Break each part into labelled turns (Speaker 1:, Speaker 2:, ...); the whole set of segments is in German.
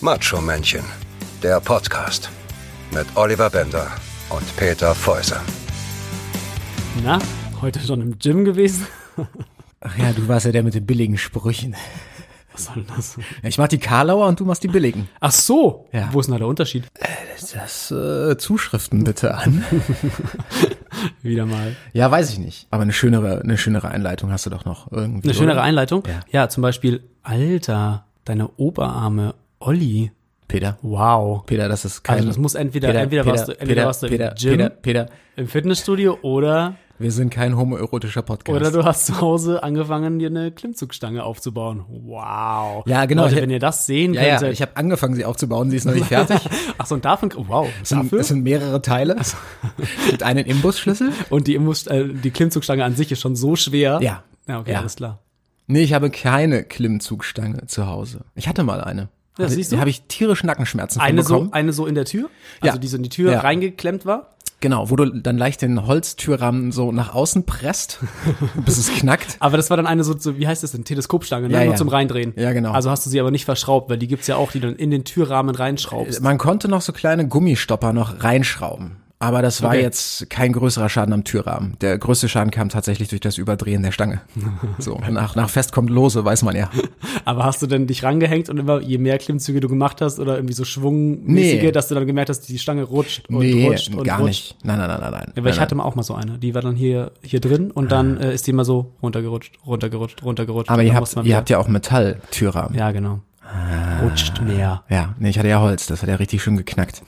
Speaker 1: Macho Männchen, der Podcast mit Oliver Bender und Peter Fäuser.
Speaker 2: Na, heute schon im Gym gewesen?
Speaker 3: Ach ja, du warst ja der mit den billigen Sprüchen.
Speaker 2: Was soll denn das?
Speaker 3: Ich mach die Karlauer und du machst die billigen.
Speaker 2: Ach so,
Speaker 3: Ja.
Speaker 2: wo ist denn da der Unterschied?
Speaker 3: Das äh, Zuschriften bitte an.
Speaker 2: Wieder mal.
Speaker 3: Ja, weiß ich nicht. Aber eine schönere, eine schönere Einleitung hast du doch noch irgendwie.
Speaker 2: Eine schönere
Speaker 3: oder?
Speaker 2: Einleitung?
Speaker 3: Ja.
Speaker 2: zum Beispiel, Alter, deine Oberarme, Olli.
Speaker 3: Peter.
Speaker 2: Wow.
Speaker 3: Peter, das ist kein.
Speaker 2: Also das muss entweder,
Speaker 3: Peter,
Speaker 2: entweder
Speaker 3: Peter,
Speaker 2: warst du, entweder
Speaker 3: Peter,
Speaker 2: warst du im
Speaker 3: Peter,
Speaker 2: Gym,
Speaker 3: Peter, Peter,
Speaker 2: im Fitnessstudio oder,
Speaker 3: wir sind kein homoerotischer Podcast.
Speaker 2: oder du hast zu Hause angefangen, dir eine Klimmzugstange aufzubauen. Wow.
Speaker 3: Ja, genau.
Speaker 2: Leute,
Speaker 3: Ich-
Speaker 2: wenn ihr das sehen
Speaker 3: ja, ja,
Speaker 2: könntet.
Speaker 3: ich habe angefangen, sie aufzubauen, sie ist noch nicht fertig.
Speaker 2: Ach so, und davon, wow,
Speaker 3: Es sind,
Speaker 2: dafür?
Speaker 3: es sind mehrere Teile. Mit einem Imbusschlüssel.
Speaker 2: Und die, Imbus- äh, die Klimmzugstange an sich ist schon so schwer.
Speaker 3: Ja.
Speaker 2: Ja, okay,
Speaker 3: Ja.
Speaker 2: alles klar.
Speaker 3: Nee, ich habe keine Klimmzugstange zu Hause. Ich hatte mal eine.
Speaker 2: Ja,
Speaker 3: Hatte-
Speaker 2: siehst du?
Speaker 3: Da habe ich tierisch Nackenschmerzen von
Speaker 2: Eine so,
Speaker 3: bekommen.
Speaker 2: eine so in der Tür, also
Speaker 3: Ja.
Speaker 2: die so in die Tür
Speaker 3: Ja.
Speaker 2: reingeklemmt war.
Speaker 3: Genau, wo du dann leicht den Holztürrahmen so nach außen presst, bis es knackt.
Speaker 2: Aber das war dann eine so, so wie heißt das denn, Teleskopstange, ne?
Speaker 3: Ja,
Speaker 2: nur
Speaker 3: ja.
Speaker 2: zum Reindrehen.
Speaker 3: Ja, genau.
Speaker 2: Also hast du sie aber nicht verschraubt, weil die gibt's ja auch, die du dann in den Türrahmen reinschraubst.
Speaker 3: Man konnte noch so kleine Gummistopper noch reinschrauben. Aber das war
Speaker 2: Okay.
Speaker 3: jetzt kein größerer Schaden am Türrahmen. Der größte Schaden kam tatsächlich durch das Überdrehen der Stange. So, nach, nach Fest kommt Lose, weiß man ja.
Speaker 2: Aber hast du dann dich rangehängt und immer, je mehr Klimmzüge du gemacht hast oder irgendwie so schwungmäßige,
Speaker 3: Nee.
Speaker 2: dass du dann gemerkt hast, die Stange rutscht und rutscht und
Speaker 3: gar
Speaker 2: rutscht.
Speaker 3: nicht. Nein, nein, nein, nein, nein.
Speaker 2: Ja, weil ich
Speaker 3: nein,
Speaker 2: hatte mal auch mal so eine. Die war dann hier, hier drin und dann äh, ist die mal so runtergerutscht, runtergerutscht, runtergerutscht.
Speaker 3: nein. Aber
Speaker 2: Und
Speaker 3: ihr
Speaker 2: dann
Speaker 3: habt,
Speaker 2: musste man
Speaker 3: ihr
Speaker 2: wieder-
Speaker 3: habt ja Ah. auch Metalltürrahmen.
Speaker 2: Ja, genau. Rutscht mehr.
Speaker 3: Ja, nee, ich hatte ja Holz, das hat ja richtig schön geknackt.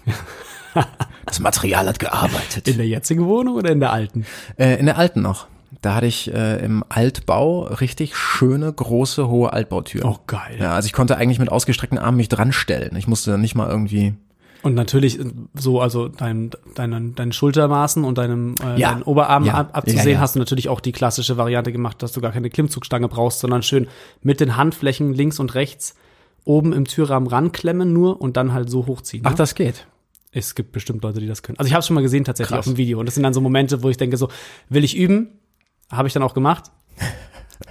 Speaker 3: Das Material hat gearbeitet.
Speaker 2: In der jetzigen Wohnung oder in der alten?
Speaker 3: Äh, in der alten noch. Da hatte ich äh, im Altbau richtig schöne, große, hohe Altbautüren.
Speaker 2: Oh, geil.
Speaker 3: Ja, also ich konnte eigentlich mit ausgestreckten Armen mich dran stellen. Ich musste dann nicht mal irgendwie.
Speaker 2: Und natürlich so, also dein, deinen, deinen Schultermaßen und deinem äh,
Speaker 3: Ja.
Speaker 2: deinen Oberarm
Speaker 3: Ja.
Speaker 2: ab, abzusehen,
Speaker 3: Ja, ja.
Speaker 2: hast du natürlich auch die klassische Variante gemacht, dass du gar keine Klimmzugstange brauchst, sondern schön mit den Handflächen links und rechts oben im Türrahmen ranklemmen nur und dann halt so hochziehen. Ne?
Speaker 3: das geht.
Speaker 2: es gibt bestimmt Leute, die das können. Also ich habe schon mal gesehen tatsächlich
Speaker 3: Krass.
Speaker 2: auf dem Video und das sind dann so Momente, wo ich denke so, will ich üben? Habe ich dann auch gemacht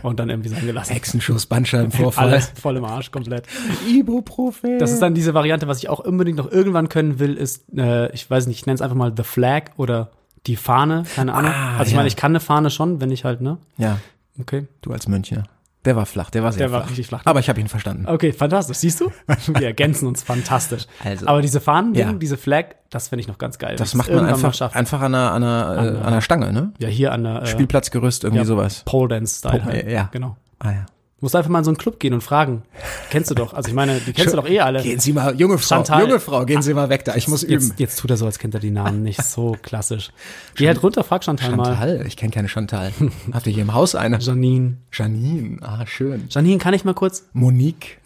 Speaker 2: und dann irgendwie sein gelassen.
Speaker 3: Hexenschuss, Bandscheibenvorfall.
Speaker 2: Alles voll im Arsch komplett.
Speaker 3: Ibuprofen.
Speaker 2: Das ist dann diese Variante, was ich auch unbedingt noch irgendwann können will, ist, äh, ich weiß nicht, ich nenne es einfach mal The Flag oder die Fahne, keine Ahnung.
Speaker 3: Ah,
Speaker 2: also ich
Speaker 3: ja.
Speaker 2: meine, ich kann eine Fahne schon, wenn ich halt, ne?
Speaker 3: ja,
Speaker 2: Okay.
Speaker 3: du als Münchner. Der war flach, der war sehr
Speaker 2: Der
Speaker 3: flach.
Speaker 2: war richtig flach.
Speaker 3: Aber ich habe ihn verstanden.
Speaker 2: Okay, fantastisch. Siehst du? Wir ergänzen uns fantastisch.
Speaker 3: Also.
Speaker 2: Aber diese Fahnen,
Speaker 3: Ja.
Speaker 2: diese Flag, das finde ich noch ganz geil.
Speaker 3: Das macht man einfach,
Speaker 2: Schafft.
Speaker 3: einfach an einer, an einer, äh, an einer Stange, ne?
Speaker 2: Ja, hier an der äh,
Speaker 3: Spielplatzgerüst, irgendwie
Speaker 2: ja,
Speaker 3: sowas.
Speaker 2: Pole Dance Style.
Speaker 3: Pole-
Speaker 2: halt.
Speaker 3: ja.
Speaker 2: Genau.
Speaker 3: Ah ja.
Speaker 2: Musst einfach mal in so einen Club gehen und fragen. Kennst du doch. Also ich meine, die kennst du doch eh alle.
Speaker 3: Gehen Sie mal, junge Frau,
Speaker 2: Chantal.
Speaker 3: junge Frau, gehen Sie mal weg da. Ich muss üben.
Speaker 2: Jetzt, jetzt tut er so, als kennt er die Namen nicht. So klassisch. Geh halt runter, frag Chantal, mal.
Speaker 3: Chantal, ich kenne keine Chantal. Habt ihr hier im Haus eine?
Speaker 2: Janine.
Speaker 3: Janine, ah, schön.
Speaker 2: Janine, kann ich mal kurz?
Speaker 3: Monique.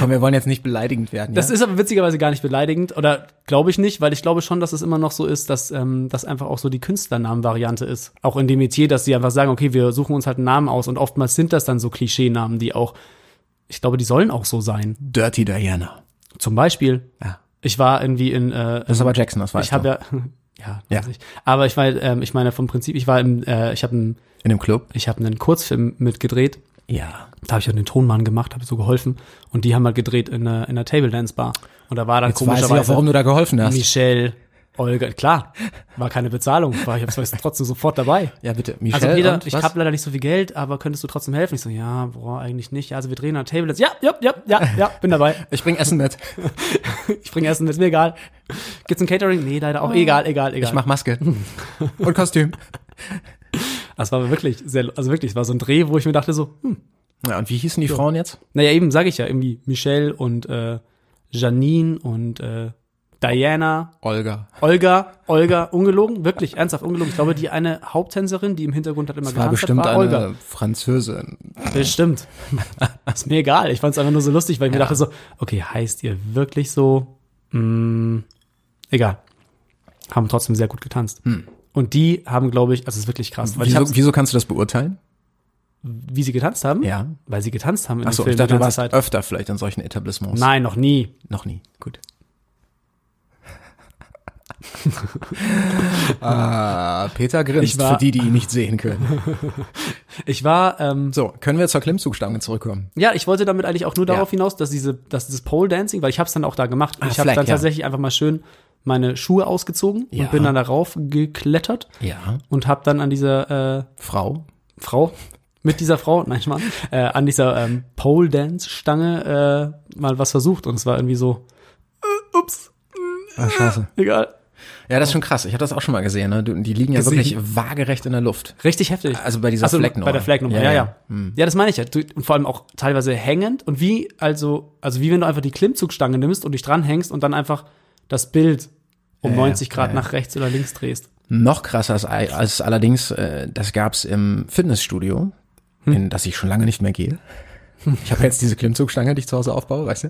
Speaker 3: Komm, wir wollen jetzt nicht beleidigend werden.
Speaker 2: Das
Speaker 3: ja?
Speaker 2: ist aber witzigerweise gar nicht beleidigend oder glaube ich nicht, weil ich glaube schon, dass es immer noch so ist, dass ähm, das einfach auch so die Künstlernamen-Variante ist. Auch in dem Metier, dass sie einfach sagen, okay, wir suchen uns halt einen Namen aus und oftmals sind das dann so Klischeenamen, die auch, ich glaube, die sollen auch so sein.
Speaker 3: Dirty Diana.
Speaker 2: Zum Beispiel,
Speaker 3: Ja.
Speaker 2: ich war irgendwie in, äh,
Speaker 3: Das ist aber Jackson, das weißt
Speaker 2: ich habe
Speaker 3: du.
Speaker 2: ja, ja,
Speaker 3: Ja.
Speaker 2: weiß ich. aber ich war, ähm, ich meine vom Prinzip, ich war im, äh, ich habe einen,
Speaker 3: In dem Club?
Speaker 2: ich habe einen Kurzfilm mitgedreht.
Speaker 3: Ja.
Speaker 2: Da habe ich ja den Tonmann gemacht, habe so geholfen und die haben halt gedreht in einer, in einer Table Dance Bar und da war dann
Speaker 3: Jetzt weiß ich auch,
Speaker 2: komischerweise
Speaker 3: warum du da geholfen hast.
Speaker 2: Michelle, Olga, klar, war keine Bezahlung, war ich hab's trotzdem sofort dabei.
Speaker 3: Ja, bitte.
Speaker 2: Also
Speaker 3: Michelle
Speaker 2: Peter,
Speaker 3: und
Speaker 2: ich
Speaker 3: was?
Speaker 2: habe leider nicht so viel Geld, aber könntest du trotzdem helfen? Ich so, ja, boah, eigentlich nicht. Ja, also wir drehen an Table Dance. Ja, ja, ja, ja, ja, bin dabei.
Speaker 3: ich bring Essen mit.
Speaker 2: Ich bringe Essen, ist mir egal. Gibt's ein Catering? Nee, leider auch. Egal, egal, egal.
Speaker 3: Ich mach Maske. und Kostüm.
Speaker 2: Das war wirklich sehr, also wirklich, es war so ein Dreh, wo ich mir dachte so, hm,
Speaker 3: Ja, und wie hießen die Frauen jetzt?
Speaker 2: naja, eben sage ich ja irgendwie Michelle und äh, Janine und äh, Diana,
Speaker 3: Olga.
Speaker 2: Olga, Olga, ungelogen, wirklich, ernsthaft ungelogen. Ich glaube, die eine Haupttänzerin, die im Hintergrund hat immer
Speaker 3: War
Speaker 2: getanzt hat,
Speaker 3: bestimmt
Speaker 2: war
Speaker 3: eine
Speaker 2: Olga.
Speaker 3: Französin.
Speaker 2: Bestimmt. Ist mir egal. Ich fand es einfach nur so lustig, weil ich mir dachte so, okay, heißt ihr wirklich so? Mm, egal. Haben trotzdem sehr gut getanzt. Und die haben, glaube ich, also es ist wirklich krass, weil ich
Speaker 3: Hm. Wieso,
Speaker 2: hab's- Hm.
Speaker 3: wieso kannst du das beurteilen?
Speaker 2: wie sie getanzt haben,
Speaker 3: Ja.
Speaker 2: weil sie getanzt haben in
Speaker 3: Achso,
Speaker 2: dem Film
Speaker 3: ich dachte,
Speaker 2: die
Speaker 3: du
Speaker 2: ganze
Speaker 3: warst
Speaker 2: Zeit.
Speaker 3: öfter vielleicht in solchen Etablissements.
Speaker 2: Nein, noch nie.
Speaker 3: Noch nie. Gut. ah, Peter grinst,
Speaker 2: Ich war-
Speaker 3: für die, die ihn nicht sehen können.
Speaker 2: Ich war, ähm,
Speaker 3: So, können wir zur Klimmzugstange zurückkommen?
Speaker 2: ja, ich wollte damit eigentlich auch nur darauf
Speaker 3: Ja.
Speaker 2: hinaus, dass diese, dass dieses Pole Dancing, weil ich habe es dann auch da gemacht. ich habe
Speaker 3: Flag,
Speaker 2: dann
Speaker 3: ja.
Speaker 2: tatsächlich einfach mal schön meine Schuhe ausgezogen
Speaker 3: Ja.
Speaker 2: und bin dann darauf geklettert
Speaker 3: Ja.
Speaker 2: und habe dann an dieser äh,
Speaker 3: Frau?
Speaker 2: Frau mit dieser Frau, nein, ich meine, äh, an dieser ähm, Pole Dance Stange äh, mal was versucht und es war irgendwie so, äh, ups,
Speaker 3: Ah, scheiße.
Speaker 2: egal,
Speaker 3: Ja, das ist schon krass. Ich habe das auch schon mal gesehen. Ne? Du- Die liegen ja
Speaker 2: Gesehen.
Speaker 3: wirklich waagerecht in der Luft.
Speaker 2: richtig heftig.
Speaker 3: Also bei dieser
Speaker 2: Ach so,
Speaker 3: Flecknummer.
Speaker 2: Bei der Flecknummer, ja, ja. Ja,
Speaker 3: Hm.
Speaker 2: das meine ich ja. Du- Und vor allem auch teilweise hängend und wie, also, also wie wenn du einfach die Klimmzugstange nimmst und dich dranhängst und dann einfach das Bild um
Speaker 3: Ja, ja,
Speaker 2: 90 Grad
Speaker 3: ja, ja.
Speaker 2: nach rechts oder links drehst.
Speaker 3: Noch krasser als, als allerdings, äh, das gab's im Fitnessstudio,
Speaker 2: Hm.
Speaker 3: in das ich schon lange nicht mehr gehe. Ich habe jetzt diese Klimmzugstange, die ich zu Hause aufbaue, weißt du?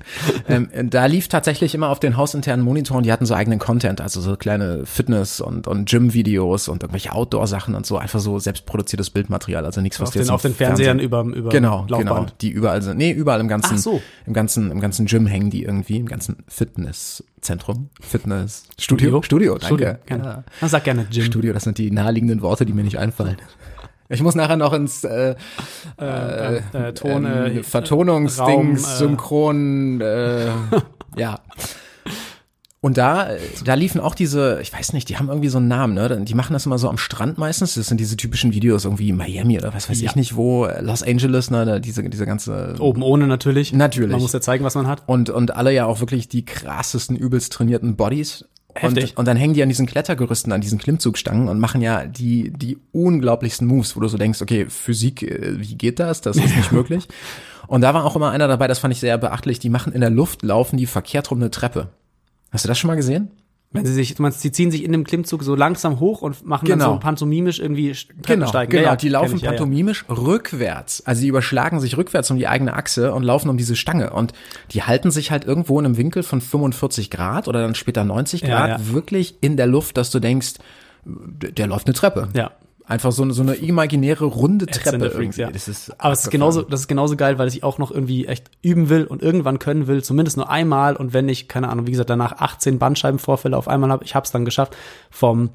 Speaker 3: Ähm, da lief tatsächlich immer auf den hausinternen Monitoren, die hatten so eigenen Content, also so kleine Fitness- und, und Gym-Videos und irgendwelche Outdoor-Sachen und so, einfach so selbstproduziertes Bildmaterial, also nichts, was
Speaker 2: Auf
Speaker 3: du
Speaker 2: den,
Speaker 3: jetzt im
Speaker 2: auf den Fernsehern über, über
Speaker 3: Genau, genau.
Speaker 2: Laufband.
Speaker 3: Die überall sind. Nee, überall im ganzen,
Speaker 2: Ach so.
Speaker 3: im ganzen, im ganzen Gym hängen die irgendwie, im ganzen Fitnesszentrum, Fitnessstudio. Studio, danke.
Speaker 2: gerne.
Speaker 3: Ja.
Speaker 2: Man sagt gerne Gym.
Speaker 3: Studio, das sind die naheliegenden Worte, die mir nicht einfallen. Ich muss nachher noch ins äh,
Speaker 2: äh, äh, Ton,
Speaker 3: ähm,
Speaker 2: äh,
Speaker 3: Vertonungsdings,
Speaker 2: Raum, äh,
Speaker 3: Synchron, äh, ja. Und da, äh, da liefen auch diese, ich weiß nicht, die haben irgendwie so einen Namen, ne? Die machen das immer so am Strand meistens. Das sind diese typischen Videos irgendwie Miami oder was weiß
Speaker 2: Ja.
Speaker 3: ich nicht wo, äh, Los Angeles, ne? Da Diese, diese ganze
Speaker 2: Oben ohne natürlich.
Speaker 3: Natürlich.
Speaker 2: Man muss ja zeigen, was man hat.
Speaker 3: und, und alle ja auch wirklich die krassesten, übelst trainierten Bodies.
Speaker 2: Heftig.
Speaker 3: Und, und dann hängen die an diesen Klettergerüsten, an diesen Klimmzugstangen und machen ja die, die unglaublichsten Moves, wo du so denkst, okay, Physik, äh, wie geht das? Das ist nicht möglich. Und da war auch immer einer dabei, das fand ich sehr beachtlich, die machen in der Luft, laufen die verkehrt rum eine Treppe. Hast du das schon mal gesehen?
Speaker 2: Wenn sie sich, man, sie ziehen sich in dem Klimmzug so langsam hoch und machen dann
Speaker 3: Genau.
Speaker 2: so pantomimisch irgendwie St-
Speaker 3: Genau,
Speaker 2: Treppensteigen.
Speaker 3: genau.
Speaker 2: Ja, ja,
Speaker 3: die laufen
Speaker 2: kenn ich, ja, ja.
Speaker 3: pantomimisch rückwärts. Also die überschlagen sich rückwärts um die eigene Achse und laufen um diese Stange. Und die halten sich halt irgendwo in einem Winkel von 45 Grad oder dann später 90
Speaker 2: Ja,
Speaker 3: Grad
Speaker 2: ja.
Speaker 3: wirklich in der Luft, dass du denkst, d- der läuft eine Treppe.
Speaker 2: Ja.
Speaker 3: Einfach so eine, so eine imaginäre runde Treppe.
Speaker 2: Sender Freaks,
Speaker 3: irgendwie.
Speaker 2: ja.
Speaker 3: Das ist
Speaker 2: Aber es ist genauso, das ist genauso geil, weil ich auch noch irgendwie echt üben will und irgendwann können will, zumindest nur einmal und wenn ich, keine Ahnung, wie gesagt, danach 18 Bandscheibenvorfälle auf einmal habe, ich hab's dann geschafft, vom,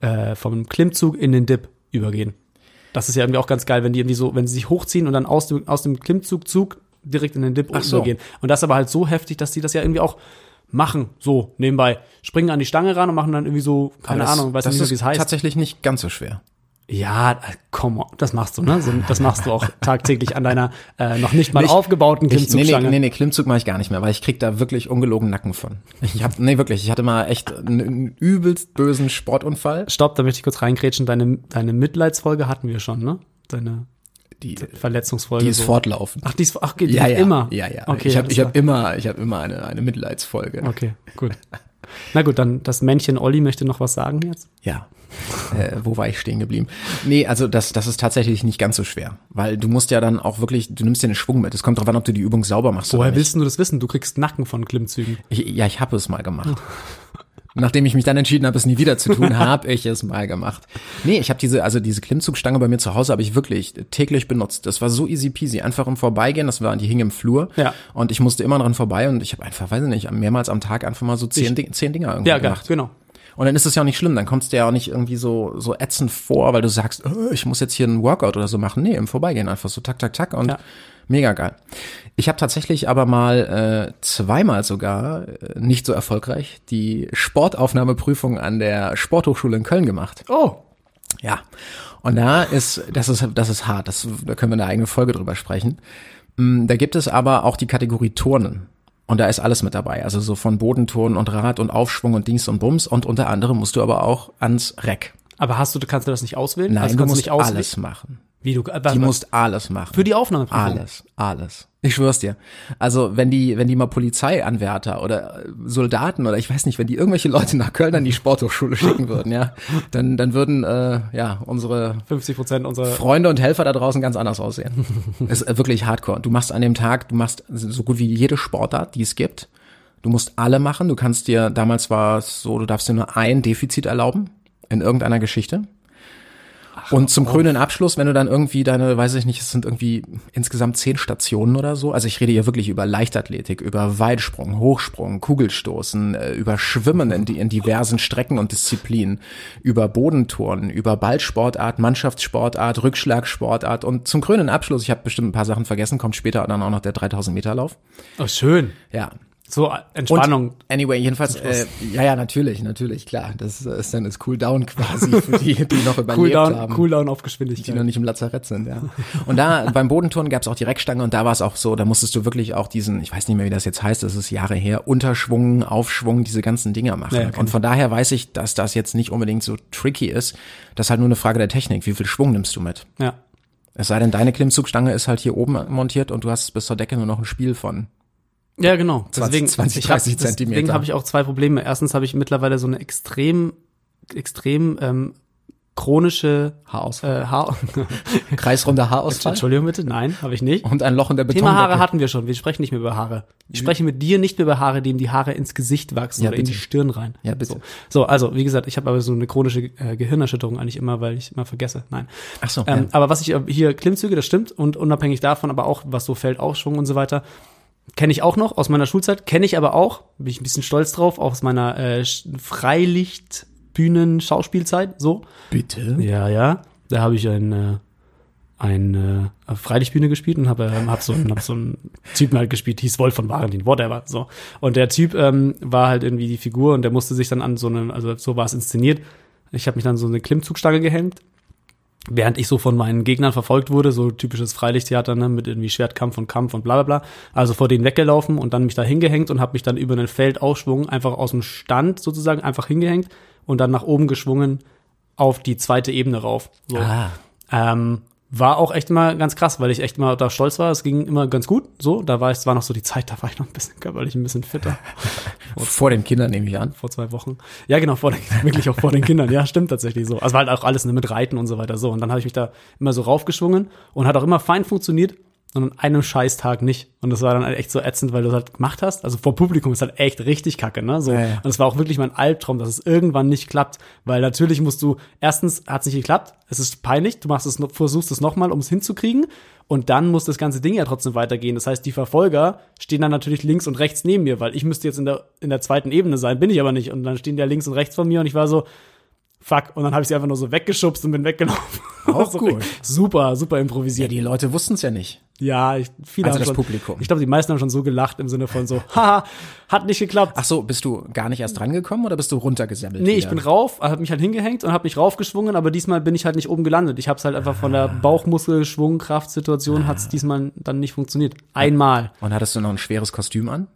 Speaker 2: äh, vom Klimmzug in den Dip übergehen. Das ist ja irgendwie auch ganz geil, wenn die irgendwie so, wenn sie sich hochziehen und dann aus dem, aus dem Klimmzugzug direkt in den Dip
Speaker 3: so.
Speaker 2: übergehen. Und das aber halt so heftig, dass die das ja irgendwie auch machen, so nebenbei. Springen an die Stange ran und machen dann irgendwie so, keine
Speaker 3: Aber das-
Speaker 2: Ahnung, weiß
Speaker 3: das
Speaker 2: nicht, mehr,
Speaker 3: ist
Speaker 2: wie es heißt.
Speaker 3: tatsächlich nicht ganz so schwer.
Speaker 2: Ja, äh, komm, das machst du, ne? So, Das machst du auch tagtäglich an deiner äh, noch nicht mal aufgebauten
Speaker 3: Ich, nee, nee,
Speaker 2: Klimmzugstange.
Speaker 3: nee, nee, Klimmzug mache ich gar nicht mehr, weil ich krieg da wirklich ungelogen Nacken von. Ich hab, nee, wirklich, ich hatte mal echt einen, einen übelst bösen Sportunfall.
Speaker 2: Stopp, da möchte ich kurz reingrätschen. Deine, deine Mitleidsfolge hatten wir schon, ne? Deine
Speaker 3: Die,
Speaker 2: Verletzungsfolge.
Speaker 3: die ist
Speaker 2: so.
Speaker 3: fortlaufend.
Speaker 2: Ach, die ist, ach, geht
Speaker 3: Ja, ja.
Speaker 2: immer.
Speaker 3: Ja, ja.
Speaker 2: Okay,
Speaker 3: ich habe
Speaker 2: alles
Speaker 3: ich hab
Speaker 2: klar.
Speaker 3: immer, ich hab immer eine, eine Mitleidsfolge.
Speaker 2: Okay, gut. Na gut, dann das Männchen Olli möchte noch was sagen jetzt.
Speaker 3: Ja. äh, wo war ich stehen geblieben? Nee, also das, das ist tatsächlich nicht ganz so schwer. Weil du musst ja dann auch wirklich, du nimmst dir den Schwung mit. Es kommt drauf an, ob du die Übung sauber machst
Speaker 2: Woher
Speaker 3: oder nicht.
Speaker 2: willst du das wissen? Du kriegst Nacken von Klimmzügen.
Speaker 3: Ich, ja, ich habe es mal gemacht. Nachdem ich mich dann entschieden habe, es nie wieder zu tun, habe ich es mal gemacht. Nee, ich habe diese, also diese Klimmzugstange bei mir zu Hause habe ich wirklich täglich benutzt. Das war so easy peasy. Einfach im Vorbeigehen, das war, die hing im Flur.
Speaker 2: Ja.
Speaker 3: Und ich musste immer dran vorbei und ich habe einfach, weiß ich nicht, mehrmals am Tag einfach mal so zehn, Ding, zehn Dinger irgendwie
Speaker 2: Ja,
Speaker 3: gemacht.
Speaker 2: ge- genau.
Speaker 3: Und dann ist es ja auch nicht schlimm, dann kommst du ja auch nicht irgendwie so, so ätzend vor, weil du sagst, "Äh, ich muss jetzt hier einen Workout oder so machen. Nee, im Vorbeigehen einfach so tak, tak, tak und
Speaker 2: Ja.
Speaker 3: mega geil. Ich habe tatsächlich aber mal äh, zweimal sogar, äh, nicht so erfolgreich, die Sportaufnahmeprüfung an der Sporthochschule in Köln gemacht.
Speaker 2: Oh,
Speaker 3: Ja. Und da ist, das ist, das ist hart, das, da können wir eine eigene Folge drüber sprechen. Mm, Da gibt es aber auch die Kategorie Turnen. Und da ist alles mit dabei. Also so von Bodenturnen und Rad und Aufschwung und Dings und Bums. Und unter anderem musst du aber auch ans Reck.
Speaker 2: aber hast du, kannst du das nicht auswählen?
Speaker 3: Nein,
Speaker 2: also
Speaker 3: du
Speaker 2: kannst
Speaker 3: musst
Speaker 2: nicht auswählen.
Speaker 3: alles machen.
Speaker 2: Wie du, äh,
Speaker 3: Du musst alles machen.
Speaker 2: für die Aufnahmeprüfung.
Speaker 3: Alles, alles. Ich schwör's dir. Also, wenn die, wenn die mal Polizeianwärter oder äh, Soldaten oder ich weiß nicht, wenn die irgendwelche Leute nach Köln an die Sporthochschule schicken würden, ja, dann, dann würden, äh, ja, unsere
Speaker 2: 50 Prozent unserer
Speaker 3: Freunde und Helfer da draußen ganz anders aussehen. Äh, Es ist wirklich hardcore. Du machst an dem Tag, du machst so gut wie jede Sportart, die es gibt. Du musst alle machen. Du kannst dir, damals war es so, du darfst dir nur ein Defizit erlauben in irgendeiner Geschichte. Und zum krönenden Abschluss, wenn du dann irgendwie deine, weiß ich nicht, es sind irgendwie insgesamt zehn Stationen oder so. Also ich rede hier wirklich über Leichtathletik, über Weitsprung, Hochsprung, Kugelstoßen, äh, über Schwimmen in, die, in diversen Strecken und Disziplinen, über Bodenturnen, über Ballsportart, Mannschaftssportart, Rückschlagsportart. Und zum krönenden Abschluss, ich habe bestimmt ein paar Sachen vergessen, kommt später dann auch noch der 3000 Meter Lauf.
Speaker 2: Oh, schön.
Speaker 3: Ja,
Speaker 2: So, äh, Entspannung.
Speaker 3: und anyway, jedenfalls, äh, ja, ja, natürlich, natürlich, klar. Das ist dann das Cooldown quasi für die, die noch überlebt
Speaker 2: Cooldown,
Speaker 3: haben.
Speaker 2: Cooldown auf
Speaker 3: Die
Speaker 2: Geschwindigkeit.
Speaker 3: noch nicht im Lazarett sind, ja. Und da beim Bodenturnen gab es auch die Reckstange und da war es auch so, da musstest du wirklich auch diesen, ich weiß nicht mehr, wie das jetzt heißt, das ist Jahre her, Unterschwung, Aufschwung, diese ganzen Dinger machen.
Speaker 2: Ja, ja, kenn
Speaker 3: und von daher weiß ich, dass das jetzt nicht unbedingt so tricky ist. Das ist halt nur eine Frage der Technik. Wie viel Schwung nimmst du mit?
Speaker 2: Ja.
Speaker 3: Es sei denn, deine Klimmzugstange ist halt hier oben montiert und du hast bis zur Decke nur noch ein Spiel von.
Speaker 2: Ja, genau.
Speaker 3: 20,
Speaker 2: deswegen
Speaker 3: 20,
Speaker 2: ich hab-
Speaker 3: 30 Zentimeter.
Speaker 2: Deswegen habe ich auch zwei Probleme. Erstens habe ich mittlerweile so eine extrem, extrem ähm, chronische
Speaker 3: Haarausfall.
Speaker 2: äh, Haar.
Speaker 3: Kreisrunder Haarausfall.
Speaker 2: Entschuldigung bitte, nein, habe ich nicht.
Speaker 3: Und ein Loch in der Beton.
Speaker 2: Thema Haare hatten wir schon. Wir sprechen nicht mehr über Haare. Ich spreche mit dir nicht mehr über Haare, dem die Haare ins Gesicht wachsen
Speaker 3: Mhm. Ja,
Speaker 2: oder in
Speaker 3: bitte.
Speaker 2: die Stirn rein.
Speaker 3: Ja, bitte.
Speaker 2: So, so also wie gesagt, ich habe aber so eine chronische äh, Gehirnerschütterung eigentlich immer, weil ich immer vergesse. Nein.
Speaker 3: Ach so,
Speaker 2: Ähm,
Speaker 3: ja.
Speaker 2: Aber was ich äh, hier Klimmzüge, das stimmt und unabhängig davon, aber auch was so fällt, Aufschwung und so weiter, kenne ich auch noch aus meiner Schulzeit. Kenne ich aber auch, bin ich ein bisschen stolz drauf, auch aus meiner äh, Sch- Freilichtbühnen-Schauspielzeit. So.
Speaker 3: Bitte.
Speaker 2: Ja, ja. Da habe ich ein, äh, ein äh, Freilichtbühne gespielt und habe ähm, hab so, einen- hab so einen Typen halt gespielt, hieß Wolf von Warendien, whatever. So. Und der Typ ähm, war halt irgendwie die Figur und der musste sich dann an so einem, also so war es inszeniert. Ich habe mich dann so eine Klimmzugstange gehängt. Während ich so von meinen Gegnern verfolgt wurde, so typisches Freilichttheater, ne, mit irgendwie Schwertkampf und Kampf und bla bla bla. Also vor denen weggelaufen und dann mich da hingehängt und habe mich dann über einen Feldaufschwung einfach aus dem Stand sozusagen einfach hingehängt und dann nach oben geschwungen auf die zweite Ebene rauf. So.
Speaker 3: Ah.
Speaker 2: Ähm, war auch echt mal ganz krass, weil ich echt mal da stolz war. Es ging immer ganz gut. So, da war ich, es war noch so die Zeit, da war ich noch ein bisschen körperlich ein bisschen fitter
Speaker 3: Vor den Kindern nehme ich an.
Speaker 2: vor zwei Wochen. Ja, genau, vor den, wirklich auch vor den Kindern. Ja, stimmt tatsächlich so. Also war halt auch alles ne, mit Reiten und so weiter so. Und dann habe ich mich da immer so raufgeschwungen und hat auch immer fein funktioniert und an einem Scheißtag nicht. Und das war dann halt echt so ätzend, weil du das halt gemacht hast. Also vor Publikum ist halt echt richtig kacke, ne? So.
Speaker 3: Ja, ja.
Speaker 2: Und es war auch wirklich mein Albtraum, dass es irgendwann nicht klappt. Weil natürlich musst du, erstens hat es nicht geklappt, es ist peinlich, du machst es, noch- versuchst es nochmal, um es hinzukriegen. Und dann muss das ganze Ding ja trotzdem weitergehen. Das heißt, die Verfolger stehen dann natürlich links und rechts neben mir, weil ich müsste jetzt in der, in der zweiten Ebene sein, bin ich aber nicht. Und dann stehen die ja links und rechts von mir und ich war so, fuck. Und dann habe ich sie einfach nur so weggeschubst und bin weggelaufen.
Speaker 3: Auch
Speaker 2: so,
Speaker 3: gut.
Speaker 2: Super, super
Speaker 3: Ja,
Speaker 2: improvisiert.
Speaker 3: die Leute wussten es ja nicht.
Speaker 2: Ja, ich, viele
Speaker 3: Also
Speaker 2: haben
Speaker 3: das
Speaker 2: schon,
Speaker 3: Publikum.
Speaker 2: Ich glaube, die meisten haben schon so gelacht im Sinne von so, haha, hat nicht geklappt.
Speaker 3: Ach so, bist du gar nicht erst rangekommen oder bist du runtergesammelt?
Speaker 2: Hm. Nee, ich bin rauf, habe mich halt hingehängt und habe mich raufgeschwungen, aber diesmal bin ich halt nicht oben gelandet. Ich habe es halt einfach von
Speaker 3: Ah.
Speaker 2: der Bauchmuskel-Schwungkraftsituation hat es diesmal dann nicht funktioniert. Einmal.
Speaker 3: Und hattest du noch ein schweres Kostüm an?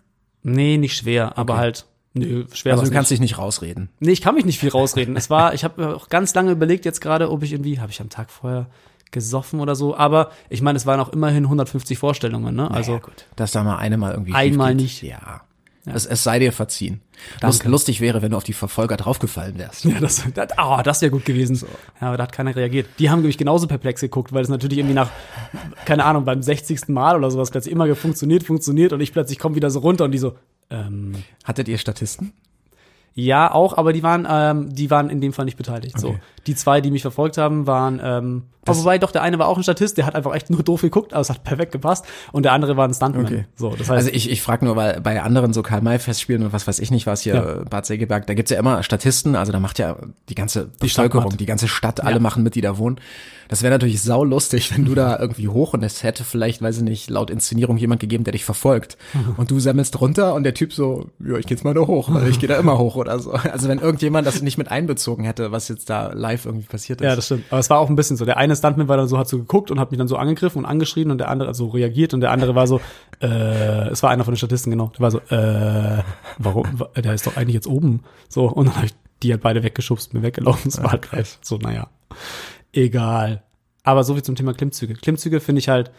Speaker 2: Nee, nicht schwer, aber halt nö, schwer
Speaker 3: Also
Speaker 2: war's
Speaker 3: du kannst
Speaker 2: nicht.
Speaker 3: dich nicht rausreden.
Speaker 2: Nee, ich kann mich nicht viel rausreden. es war, ich habe auch ganz lange überlegt jetzt gerade, ob ich irgendwie habe ich am Tag vorher gesoffen oder so, aber ich meine, es waren auch immerhin 150 Vorstellungen, ne? Also
Speaker 3: gut. Dass da mal eine mal irgendwie. schief
Speaker 2: Einmal
Speaker 3: geht.
Speaker 2: nicht.
Speaker 3: Ja. Es, es sei dir verziehen. Lust, lustig wäre, wenn du auf die Verfolger draufgefallen wärst.
Speaker 2: Ja, das, das, ah, das wäre gut gewesen. Ja, aber da hat keiner reagiert. Die haben nämlich genauso perplex geguckt, weil es natürlich irgendwie nach, keine Ahnung, beim 60. Mal oder sowas plötzlich immer funktioniert, funktioniert und ich plötzlich komme wieder so runter und die so, ähm,
Speaker 3: Hattet ihr Statisten?
Speaker 2: ja, auch, aber die waren, ähm, die waren in dem Fall nicht beteiligt. So.
Speaker 3: Okay.
Speaker 2: Die zwei, die mich verfolgt haben, waren, ähm, aber wobei doch, der eine war auch ein Statist, der hat einfach echt nur doof geguckt, aber es hat perfekt gepasst und der andere war ein Stuntman.
Speaker 3: Okay.
Speaker 2: So, das heißt,
Speaker 3: Also ich, ich frage nur, weil bei anderen so Karl-May-Festspielen und was weiß ich nicht was hier,
Speaker 2: Ja.
Speaker 3: äh, Bad Segeberg, da gibt's ja immer Statisten, also da macht ja die ganze
Speaker 2: Stadt
Speaker 3: Bevölkerung,
Speaker 2: macht.
Speaker 3: die ganze Stadt, alle machen mit, die da wohnen. Das wäre natürlich saulustig, wenn du da irgendwie hoch und es hätte vielleicht, weiß ich nicht, laut Inszenierung jemand gegeben, der dich verfolgt.
Speaker 2: Mhm.
Speaker 3: Und du sammelst runter und der Typ so, ja, ich geh jetzt mal da hoch, weil ich gehe da immer hoch oder so. Also wenn irgendjemand das nicht mit einbezogen hätte, was jetzt da live irgendwie passiert ist.
Speaker 2: Ja, das stimmt. Aber es war auch ein bisschen so. Der eine Stuntman war dann so, hat so geguckt und hat mich dann so angegriffen und angeschrien und der andere hat so reagiert und der andere war so, äh, es war einer von den Statisten, genau. Der war so, äh, warum, wa- der ist doch eigentlich jetzt oben. So, und dann hab ich die halt beide weggeschubst, bin weggelaufen. Es war halt echt so, naja, egal. Aber so viel zum Thema Klimmzüge. Klimmzüge finde ich halt,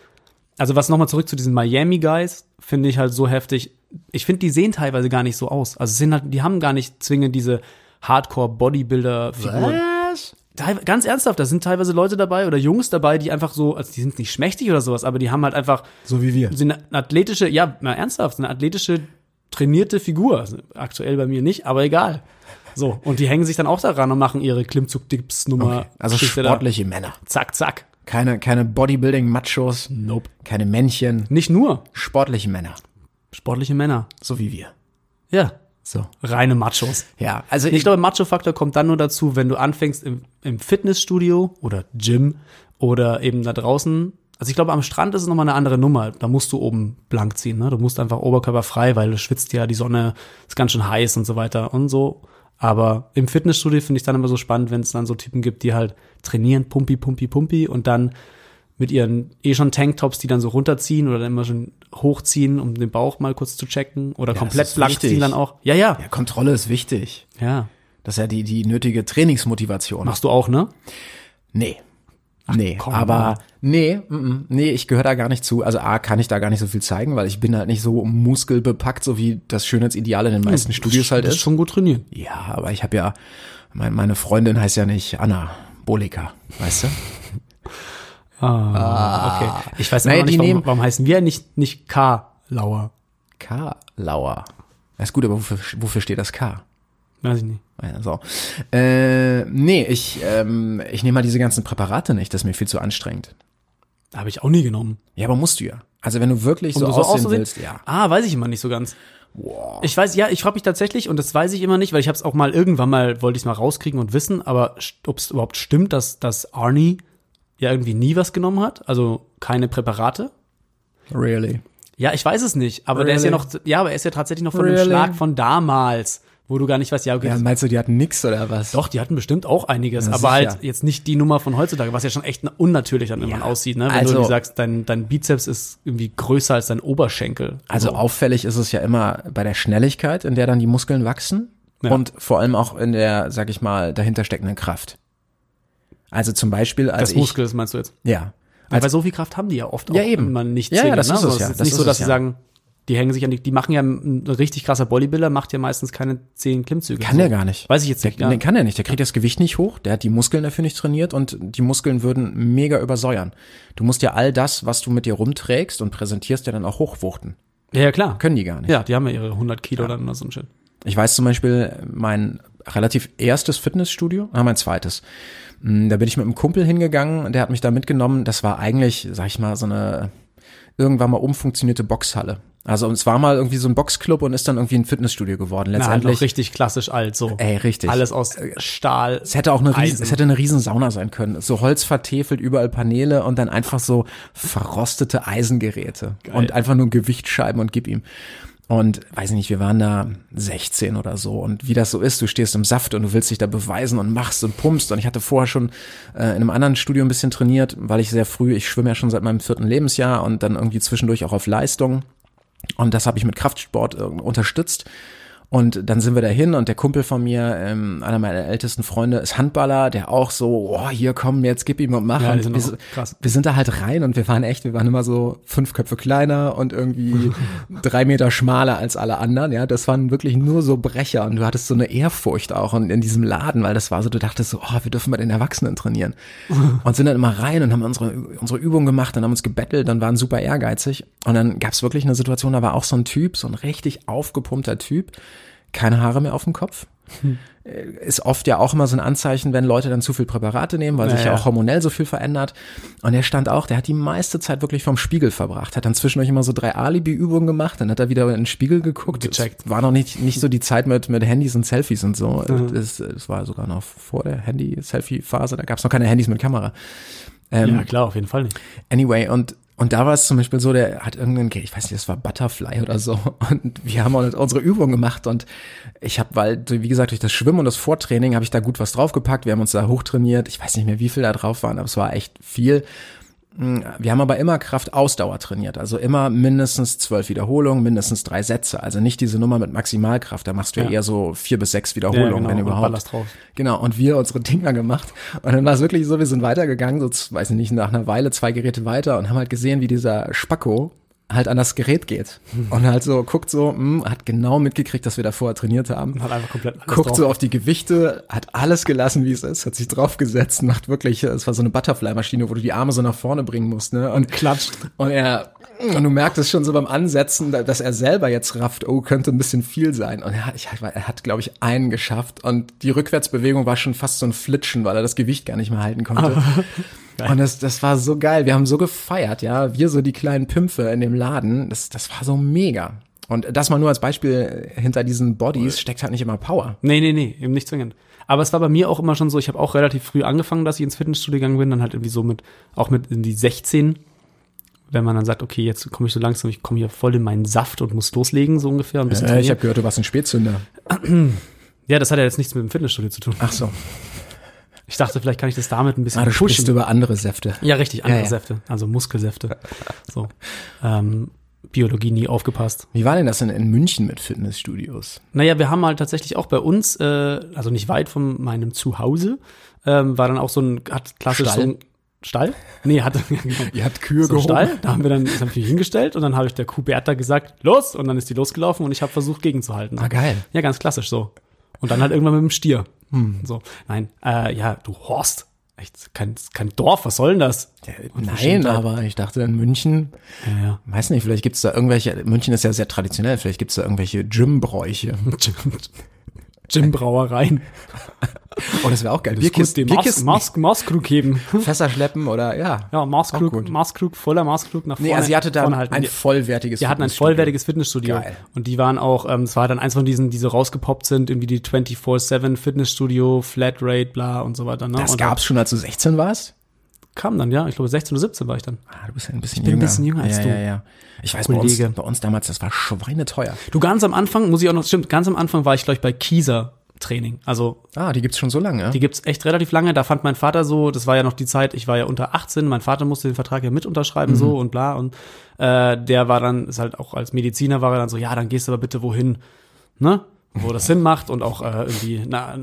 Speaker 2: also was nochmal zurück zu diesen Miami Guys, finde ich halt so heftig. Ich finde, die sehen teilweise gar nicht so aus. Also es sind halt, die haben gar nicht zwingend diese Hardcore Bodybuilder Figuren.
Speaker 3: Was?
Speaker 2: Teil, ganz ernsthaft, da sind teilweise Leute dabei oder Jungs dabei, die einfach so, also die sind nicht schmächtig oder sowas, aber die haben halt einfach
Speaker 3: So wie wir.
Speaker 2: so eine athletische, ja, mal ernsthaft, so eine athletische, trainierte Figur. Also aktuell bei mir nicht, aber egal. So, und die hängen sich dann auch daran und machen ihre Klimmzug-Dips-Nummer.
Speaker 3: Okay. Also
Speaker 2: Geschichte
Speaker 3: sportliche Männer.
Speaker 2: Da. Zack, zack.
Speaker 3: Keine, keine Bodybuilding-Machos.
Speaker 2: Nope.
Speaker 3: Keine Männchen.
Speaker 2: Nicht nur
Speaker 3: Sportliche Männer.
Speaker 2: sportliche Männer.
Speaker 3: So wie wir.
Speaker 2: Ja,
Speaker 3: So.
Speaker 2: reine Machos.
Speaker 3: Ja, also
Speaker 2: Ich glaube, Macho-Faktor kommt dann nur dazu, wenn du anfängst im, im Fitnessstudio oder Gym oder eben da draußen. Also ich glaube, am Strand ist es nochmal eine andere Nummer. Da musst du oben blank ziehen. Ne? Du musst einfach oberkörperfrei, weil du schwitzt ja, die Sonne ist ganz schön heiß und so weiter und so. Aber im Fitnessstudio finde ich dann immer so spannend, wenn es dann so Typen gibt, die halt trainieren, pumpi, pumpi, pumpi und dann mit ihren eh schon Tanktops, die dann so runterziehen oder dann immer schon hochziehen, um den Bauch mal kurz zu checken oder komplett
Speaker 3: ist
Speaker 2: blank
Speaker 3: wichtig.
Speaker 2: ziehen dann auch. Ja, ja,
Speaker 3: ja, Kontrolle ist wichtig.
Speaker 2: ja.
Speaker 3: Das ist ja die, die nötige Trainingsmotivation.
Speaker 2: Machst du auch, ne?
Speaker 3: Nee. nee,
Speaker 2: komm,
Speaker 3: aber
Speaker 2: Mann.
Speaker 3: nee, mm, mm, nee, ich gehöre da gar nicht zu. Also A, kann ich da gar nicht so viel zeigen, weil ich bin halt nicht so muskelbepackt, so wie das Schönheitsideal in den meisten Studios halt
Speaker 2: Hm, Das
Speaker 3: ist.
Speaker 2: ist schon gut trainieren.
Speaker 3: Ja, aber ich habe ja, mein, meine Freundin heißt ja nicht Anna Bolika, weißt du?
Speaker 2: Ah, okay. Ich weiß
Speaker 3: Naja,
Speaker 2: immer noch
Speaker 3: die
Speaker 2: nicht,
Speaker 3: nehmen-
Speaker 2: warum, warum heißen wir nicht, nicht K. Lauer?
Speaker 3: K-Lauer. Das ist gut, aber wofür, wofür steht das K?
Speaker 2: Weiß ich nicht.
Speaker 3: Ja, So. Äh, nee, ich, ähm, ich nehme mal diese ganzen Präparate nicht, das ist mir viel zu anstrengend.
Speaker 2: Habe ich auch nie genommen. Um
Speaker 3: Ja, aber musst du ja. Also wenn du wirklich so,
Speaker 2: du
Speaker 3: aussehen
Speaker 2: auszusehen?
Speaker 3: willst, ja.
Speaker 2: Ah, weiß ich immer nicht so ganz. Ich weiß, ja, ich frage mich tatsächlich, und das weiß ich immer nicht, weil ich habe es auch mal irgendwann mal, wollte ich es mal rauskriegen und wissen, aber ob es überhaupt stimmt, dass, dass Arnie ja irgendwie nie was genommen hat, also keine Präparate.
Speaker 3: Really?
Speaker 2: Ja, ich weiß es nicht, aber der ist ja
Speaker 3: Really?
Speaker 2: noch, ja, aber er ist ja tatsächlich noch von
Speaker 3: Really?
Speaker 2: dem Schlag von damals, wo du gar nicht weißt, ja, okay,
Speaker 3: Ja,
Speaker 2: das
Speaker 3: meinst du, die hatten nix oder was?
Speaker 2: Doch, die hatten bestimmt auch einiges, aber
Speaker 3: sicher.
Speaker 2: halt jetzt nicht die Nummer von heutzutage, was ja schon echt unnatürlich dann irgendwann aussieht, ne? Wenn
Speaker 3: also-
Speaker 2: du irgendwie sagst, dein, dein Bizeps ist irgendwie größer als dein Oberschenkel.
Speaker 3: Also auffällig ist es ja immer bei der Schnelligkeit, in der dann die Muskeln wachsen
Speaker 2: Ja.
Speaker 3: und vor allem auch in der, sag ich mal, dahinter steckenden Kraft. Also zum Beispiel als
Speaker 2: das
Speaker 3: ich,
Speaker 2: Muskel ist, meinst du jetzt?
Speaker 3: ja,
Speaker 2: Weil
Speaker 3: als,
Speaker 2: so viel Kraft haben die ja oft auch
Speaker 3: Ja, eben.
Speaker 2: immer nicht
Speaker 3: Ja, ja,
Speaker 2: zwingend,
Speaker 3: das
Speaker 2: ne?
Speaker 3: ist es
Speaker 2: Also
Speaker 3: ja,
Speaker 2: ist
Speaker 3: das
Speaker 2: nicht so,
Speaker 3: ist
Speaker 2: dass
Speaker 3: es
Speaker 2: sie
Speaker 3: ja.
Speaker 2: sagen, die hängen sich an die, die machen ja ein richtig krasser Bodybuilder, macht ja meistens keine zehn Klimmzüge.
Speaker 3: kann
Speaker 2: so.
Speaker 3: der gar nicht.
Speaker 2: Weiß ich jetzt
Speaker 3: der,
Speaker 2: nicht. ja.
Speaker 3: nee, kann er nicht. Der kriegt das Gewicht nicht hoch. Der hat die Muskeln dafür nicht trainiert und die Muskeln würden mega übersäuern. Du musst ja all das, was du mit dir rumträgst und präsentierst, ja dann auch hochwuchten.
Speaker 2: ja, ja, klar.
Speaker 3: Können die gar nicht.
Speaker 2: Ja, die haben ja ihre 100 Kilo dann oder so ein Shit.
Speaker 3: Ich weiß zum Beispiel, mein relativ erstes Fitnessstudio, ah, mein zweites. Mm, Da bin ich mit einem Kumpel hingegangen, der hat mich da mitgenommen. Das war eigentlich, sag ich mal, so eine irgendwann mal umfunktionierte Boxhalle. Also es war mal irgendwie so ein Boxclub und ist dann irgendwie ein Fitnessstudio geworden.
Speaker 2: Na, halt
Speaker 3: Letztendlich.
Speaker 2: noch richtig klassisch alt, so.
Speaker 3: Ey, richtig. Äh,
Speaker 2: Alles aus Stahl.
Speaker 3: es hätte auch eine riesen,
Speaker 2: Eisen.
Speaker 3: es hätte eine riesen Sauna sein können. So Holz vertefelt, überall Paneele und dann einfach so verrostete Eisengeräte und einfach nur Gewichtsscheiben und gib ihm. Und weiß ich nicht, wir waren da 16 oder so und wie das so ist, du stehst im Saft und du willst dich da beweisen und machst und pumpst und ich hatte vorher schon äh, in einem anderen Studio ein bisschen trainiert, weil ich sehr früh, ich schwimme ja schon seit meinem vierten Lebensjahr und dann irgendwie zwischendurch auch auf Leistung und das habe ich mit Kraftsport äh, unterstützt. Und dann sind wir dahin und der Kumpel von mir, ähm, einer meiner ältesten Freunde, ist Handballer, der auch so, oh, hier komm, jetzt gib ihm und mach.
Speaker 2: Ja, die
Speaker 3: und
Speaker 2: sind
Speaker 3: wir,
Speaker 2: auch
Speaker 3: so-
Speaker 2: krass.
Speaker 3: wir sind da halt rein und wir waren echt, wir waren immer so fünf Köpfe kleiner und irgendwie drei Meter schmaler als alle anderen. Ja, das waren wirklich nur so Brecher und du hattest so eine Ehrfurcht auch in, in diesem Laden, weil das war so, du dachtest so, oh, wir dürfen bei den Erwachsenen trainieren. Und sind dann immer rein und haben unsere, unsere Übungen gemacht und haben uns gebettelt und waren super ehrgeizig. Und dann gab's wirklich eine Situation, da war auch so ein Typ, so ein richtig aufgepumpter Typ, keine Haare mehr auf dem Kopf ist oft ja auch immer so ein Anzeichen, wenn Leute dann zu viel Präparate nehmen, weil sich ja
Speaker 2: Naja.
Speaker 3: auch hormonell so viel verändert. Und er stand auch, der hat die meiste Zeit wirklich vom Spiegel verbracht, hat dann zwischendurch immer so drei Alibi-Übungen gemacht, dann hat er wieder in den Spiegel geguckt.
Speaker 2: Gecheckt.
Speaker 3: Es war noch nicht, nicht so die Zeit mit, mit Handys und Selfies und so. Das, das war sogar noch vor der Handy-Selfie-Phase, da gab es noch keine Handys mit Kamera.
Speaker 2: ja, klar, auf jeden Fall nicht.
Speaker 3: Anyway, und, und da war es zum Beispiel so, der hat irgendeinen, ich weiß nicht, das war Butterfly oder so. Und wir haben auch unsere Übung gemacht und ich habe, weil, wie gesagt, durch das Schwimmen und das Vortraining habe ich da gut was draufgepackt. Wir haben uns da hochtrainiert. Ich weiß nicht mehr, wie viel da drauf waren, aber es war echt viel. Hm, Wir haben aber immer Kraft-Ausdauer trainiert. Also immer mindestens zwölf Wiederholungen, mindestens drei Sätze. Also nicht diese Nummer mit Maximalkraft. Da machst du ja.
Speaker 2: Ja.
Speaker 3: eher so vier bis sechs Wiederholungen,
Speaker 2: Ja, genau,
Speaker 3: wenn
Speaker 2: und
Speaker 3: überhaupt.
Speaker 2: ballerst drauf.
Speaker 3: Genau, und wir unsere Dinger gemacht. Und dann war es wirklich so, wir sind weitergegangen, so, z- weiß ich nicht, nach einer Weile zwei Geräte weiter und haben halt gesehen, wie dieser Spacko halt an das Gerät geht. Und halt so guckt so, hm, hat genau mitgekriegt, dass wir da vorher trainiert haben.
Speaker 2: Hat einfach komplett alles
Speaker 3: Guckt
Speaker 2: drauf.
Speaker 3: so auf die Gewichte, hat alles gelassen, wie es ist, hat sich draufgesetzt, macht wirklich, es war so eine Butterfly-Maschine, wo du die Arme so nach vorne bringen musst, ne? Und
Speaker 2: Klatscht.
Speaker 3: und er Und du merkst es schon so beim Ansetzen, da- dass er selber jetzt rafft, oh, könnte ein bisschen viel sein. Und er hat, ich, er hat glaube ich, einen geschafft. Und die Rückwärtsbewegung war schon fast so ein Flitschen, weil er das Gewicht gar nicht mehr halten konnte.
Speaker 2: Ah,
Speaker 3: Und das, das war so geil. Wir haben so gefeiert, ja. Wir so die kleinen Pimpfe in dem Laden. Das, das war so mega. Und das mal nur als Beispiel, hinter diesen Bodies steckt halt nicht immer Power.
Speaker 2: Nee, nee, nee, eben nicht zwingend. Aber es war bei mir auch immer schon so, ich habe auch relativ früh angefangen, dass ich ins Fitnessstudio gegangen bin, dann halt irgendwie so mit, auch mit in die 16, wenn man dann sagt, okay, jetzt komme ich so langsam, ich komme hier voll in meinen Saft und muss loslegen, so ungefähr. Ein bisschen
Speaker 3: Äh, ich
Speaker 2: trainieren.
Speaker 3: habe gehört, du warst ein Spätzünder.
Speaker 2: ja, das hat ja jetzt nichts mit dem Fitnessstudio zu tun.
Speaker 3: Ach so.
Speaker 2: Ich dachte, vielleicht kann ich das damit ein bisschen
Speaker 3: Ah, du
Speaker 2: pushen.
Speaker 3: sprichst über andere Säfte.
Speaker 2: Ja, richtig, andere
Speaker 3: Ja, ja.
Speaker 2: Säfte, also Muskelsäfte. So. Ähm, Biologie nie aufgepasst.
Speaker 3: Wie war denn das denn in München mit Fitnessstudios?
Speaker 2: Naja, wir haben halt tatsächlich auch bei uns, äh, also nicht weit von meinem Zuhause, ähm, war dann auch so ein, hat klassisch
Speaker 3: Stall?
Speaker 2: so ein Stall? Nee, hat genau,
Speaker 3: Ihr habt Kühe
Speaker 2: so einen Stall. Da haben wir dann das haben wir hingestellt und dann habe ich der Kuh Bertha gesagt, los! Und dann ist die losgelaufen und ich habe versucht, gegenzuhalten.
Speaker 3: Ah, geil.
Speaker 2: Ja, ganz klassisch so. Und dann halt irgendwann mit dem Stier.
Speaker 3: Hm.
Speaker 2: So, nein, äh, ja, du Horst. Echt, kein, kein Dorf, was soll denn das?
Speaker 3: Nein, aber ich dachte in München,
Speaker 2: Ja, ja.
Speaker 3: weiß nicht, vielleicht gibt's da irgendwelche, München ist ja sehr traditionell, vielleicht gibt's da irgendwelche Gymbräuche.
Speaker 2: Jim, Jim Brauerein.
Speaker 3: Oh, das wäre auch geil.
Speaker 2: Bierkiste, Mars,
Speaker 3: Bierkisten,
Speaker 2: Mars, Marskrug heben.
Speaker 3: Fässer schleppen oder ja.
Speaker 2: Ja,
Speaker 3: Auch gut.
Speaker 2: Marskrug, Marskrug, voller Marskrug nach vorne.
Speaker 3: Nee, also ihr hattet da
Speaker 2: vorne halten.
Speaker 3: ein
Speaker 2: Die-
Speaker 3: vollwertiges
Speaker 2: Wir hatten ein
Speaker 3: Fitnessstudio.
Speaker 2: vollwertiges Fitnessstudio.
Speaker 3: Geil.
Speaker 2: Und die waren auch, ähm, es war dann eins von diesen, die so rausgepoppt sind, irgendwie die 24-7 Fitnessstudio, Flatrate, bla und so weiter. Ne?
Speaker 3: Das
Speaker 2: und
Speaker 3: gab's schon, als du 16 warst?
Speaker 2: kam dann, ja. Ich glaube, 16 oder 17 war ich dann.
Speaker 3: Ah, du bist ja ein bisschen ich
Speaker 2: bin ein bisschen jünger als
Speaker 3: ja,
Speaker 2: du.
Speaker 3: Ja, ja. Ich weiß, bei
Speaker 2: Kollege.
Speaker 3: uns, bei uns damals, das war schweineteuer.
Speaker 2: Du, ganz am Anfang, muss ich auch noch, stimmt, ganz am Anfang war ich, glaube ich, bei Kieser Training. Also,
Speaker 3: Ah, die gibt's schon so lange.
Speaker 2: die gibt's echt relativ lange. Da fand mein Vater so, das war ja noch die Zeit, ich war ja unter 18, mein Vater musste den Vertrag ja mit unterschreiben, so und bla. Und äh, der war dann, ist halt auch als Mediziner war er dann so, ja, dann gehst du aber bitte wohin, ne? Wo das Sinn macht und auch äh, irgendwie na,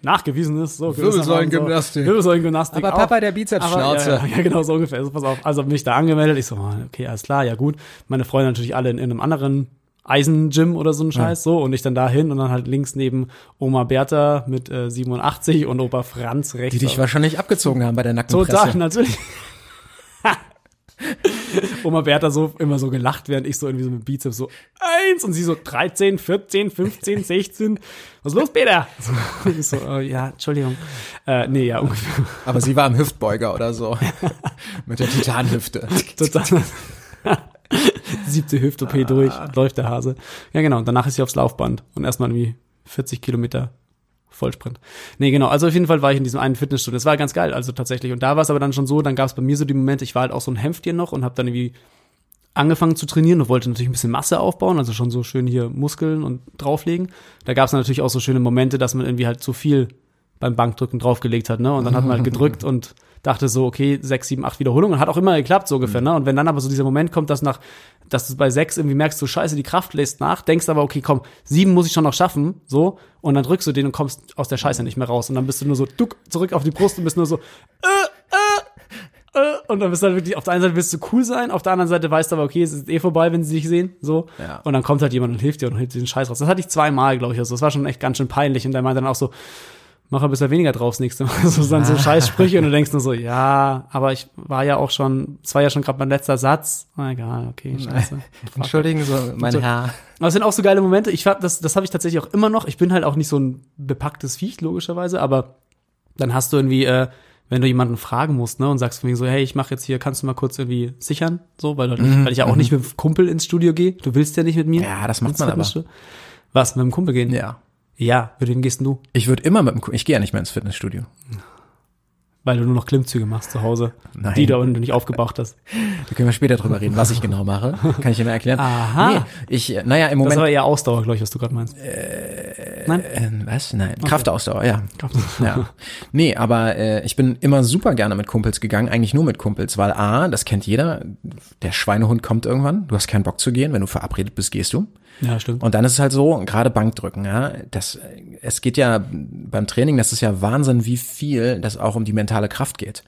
Speaker 2: nachgewiesen ist. So,
Speaker 3: Wirbelsäulengymnastik.
Speaker 2: So. Wirbelsäulengymnastik.
Speaker 3: Aber
Speaker 2: auch.
Speaker 3: Papa, der Bizeps
Speaker 2: Aber,
Speaker 3: Schnauze.
Speaker 2: Ja, ja, ja, genau, so ungefähr. Also, pass auf. Also bin ich da angemeldet. Ich so, ah, okay, alles klar, ja gut. Meine Freunde natürlich alle in, in einem anderen Eisengym oder so ein Scheiß, so. Und ich dann dahin und dann halt links neben Oma Bertha mit äh, 87 und Opa Franz rechts.
Speaker 3: die dich wahrscheinlich abgezogen haben bei der nackten
Speaker 2: Total,
Speaker 3: Presse.
Speaker 2: natürlich. Oma Bertha so immer so gelacht, während ich so irgendwie so mit Bizeps so eins und sie so 13, 14, 15, 16. Was ist los, Peter? So, ich so, äh, ja, Entschuldigung. Äh, nee, ja, ungefähr.
Speaker 3: Aber sie war im Hüftbeuger oder so. Mit der Titanhüfte.
Speaker 2: Total. Siebte Hüft-OP durch, läuft der Hase. Ja, genau. Und danach ist sie aufs Laufband und erstmal irgendwie 40 Kilometer Vollsprint. Nee, genau. Also auf jeden Fall war ich in diesem einen Fitnessstudio. Das war ganz geil, also tatsächlich. Und da war es aber dann schon so, dann gab es bei mir so die Momente, ich war halt auch so ein Hemdchen noch und habe dann irgendwie angefangen zu trainieren und wollte natürlich ein bisschen Masse aufbauen, also schon so schön hier Muskeln und drauflegen. Da gab es natürlich auch so schöne Momente, dass man irgendwie halt zu viel beim Bankdrücken draufgelegt hat, ne? Und dann hat man halt gedrückt und dachte so, okay, sechs, sieben, acht Wiederholungen, hat auch immer geklappt, so ungefähr, ne? Und wenn dann aber so dieser Moment kommt, dass nach, dass du bei sechs irgendwie merkst, du scheiße, die Kraft lässt nach, denkst aber, okay, komm, sieben muss ich schon noch schaffen, so, und dann drückst du den und kommst aus der Scheiße nicht mehr raus. Und dann bist du nur so duck zurück auf die Brust und bist nur so, und dann bist du halt wirklich, auf der einen Seite willst du cool sein, auf der anderen Seite weißt du aber, okay, es ist eh vorbei, wenn sie dich sehen, so.
Speaker 3: Ja.
Speaker 2: Und dann kommt halt jemand und hilft dir und hilft dir den Scheiß raus. Das hatte ich zweimal, glaube ich, also. Das war schon echt ganz schön peinlich. Und der meinte dann auch so, mach ein bisschen weniger drauf das nächste Mal. So, dann so Scheißsprüche und du denkst nur so, ja, aber ich war ja auch schon, es war ja schon gerade mein letzter Satz. Na egal, okay, scheiße.
Speaker 3: Entschuldigen Sie, mein Herr.
Speaker 2: Aber es sind auch so geile Momente. Ich hab, das, das habe ich tatsächlich auch immer noch. Ich bin halt auch nicht so ein bepacktes Viech, logischerweise, aber dann hast du irgendwie, äh, wenn du jemanden fragen musst, ne, und sagst von wegen so, hey, ich mache jetzt hier, kannst du mal kurz irgendwie sichern, so, weil, du, weil ich ja auch nicht mit dem Kumpel ins Studio gehe. Du willst ja nicht mit mir.
Speaker 3: Mhm, Ja, das macht
Speaker 2: Ins
Speaker 3: man aber.
Speaker 2: Fitnessstudio. Was, mit dem Kumpel gehen?
Speaker 3: Ja.
Speaker 2: Ja, mit wem gehst denn du?
Speaker 3: Ich würde immer mit dem, Ku- ich gehe ja nicht mehr ins Fitnessstudio.
Speaker 2: Weil du nur noch Klimmzüge machst zu Hause,
Speaker 3: Nein.
Speaker 2: die du aber nicht aufgebraucht hast.
Speaker 3: Da können wir später drüber reden, was ich genau mache. Kann ich dir mal erklären.
Speaker 2: Aha.
Speaker 3: Nee, ich, äh, naja, im
Speaker 2: Das ist
Speaker 3: Moment.
Speaker 2: aber eher Ausdauer, glaube ich, was du gerade meinst. Nein?
Speaker 3: äh, was? Nein. Kraftausdauer, ja. ja. Nee, aber äh, ich bin immer super gerne mit Kumpels gegangen, eigentlich nur mit Kumpels, weil A, das kennt jeder, der Schweinehund kommt irgendwann, du hast keinen Bock zu gehen, wenn du verabredet bist, gehst du.
Speaker 2: Ja, stimmt.
Speaker 3: Und dann ist es halt so, gerade Bankdrücken, ja, das, äh, es geht ja beim Training, das ist ja Wahnsinn, wie viel das auch um die mentale Kraft geht.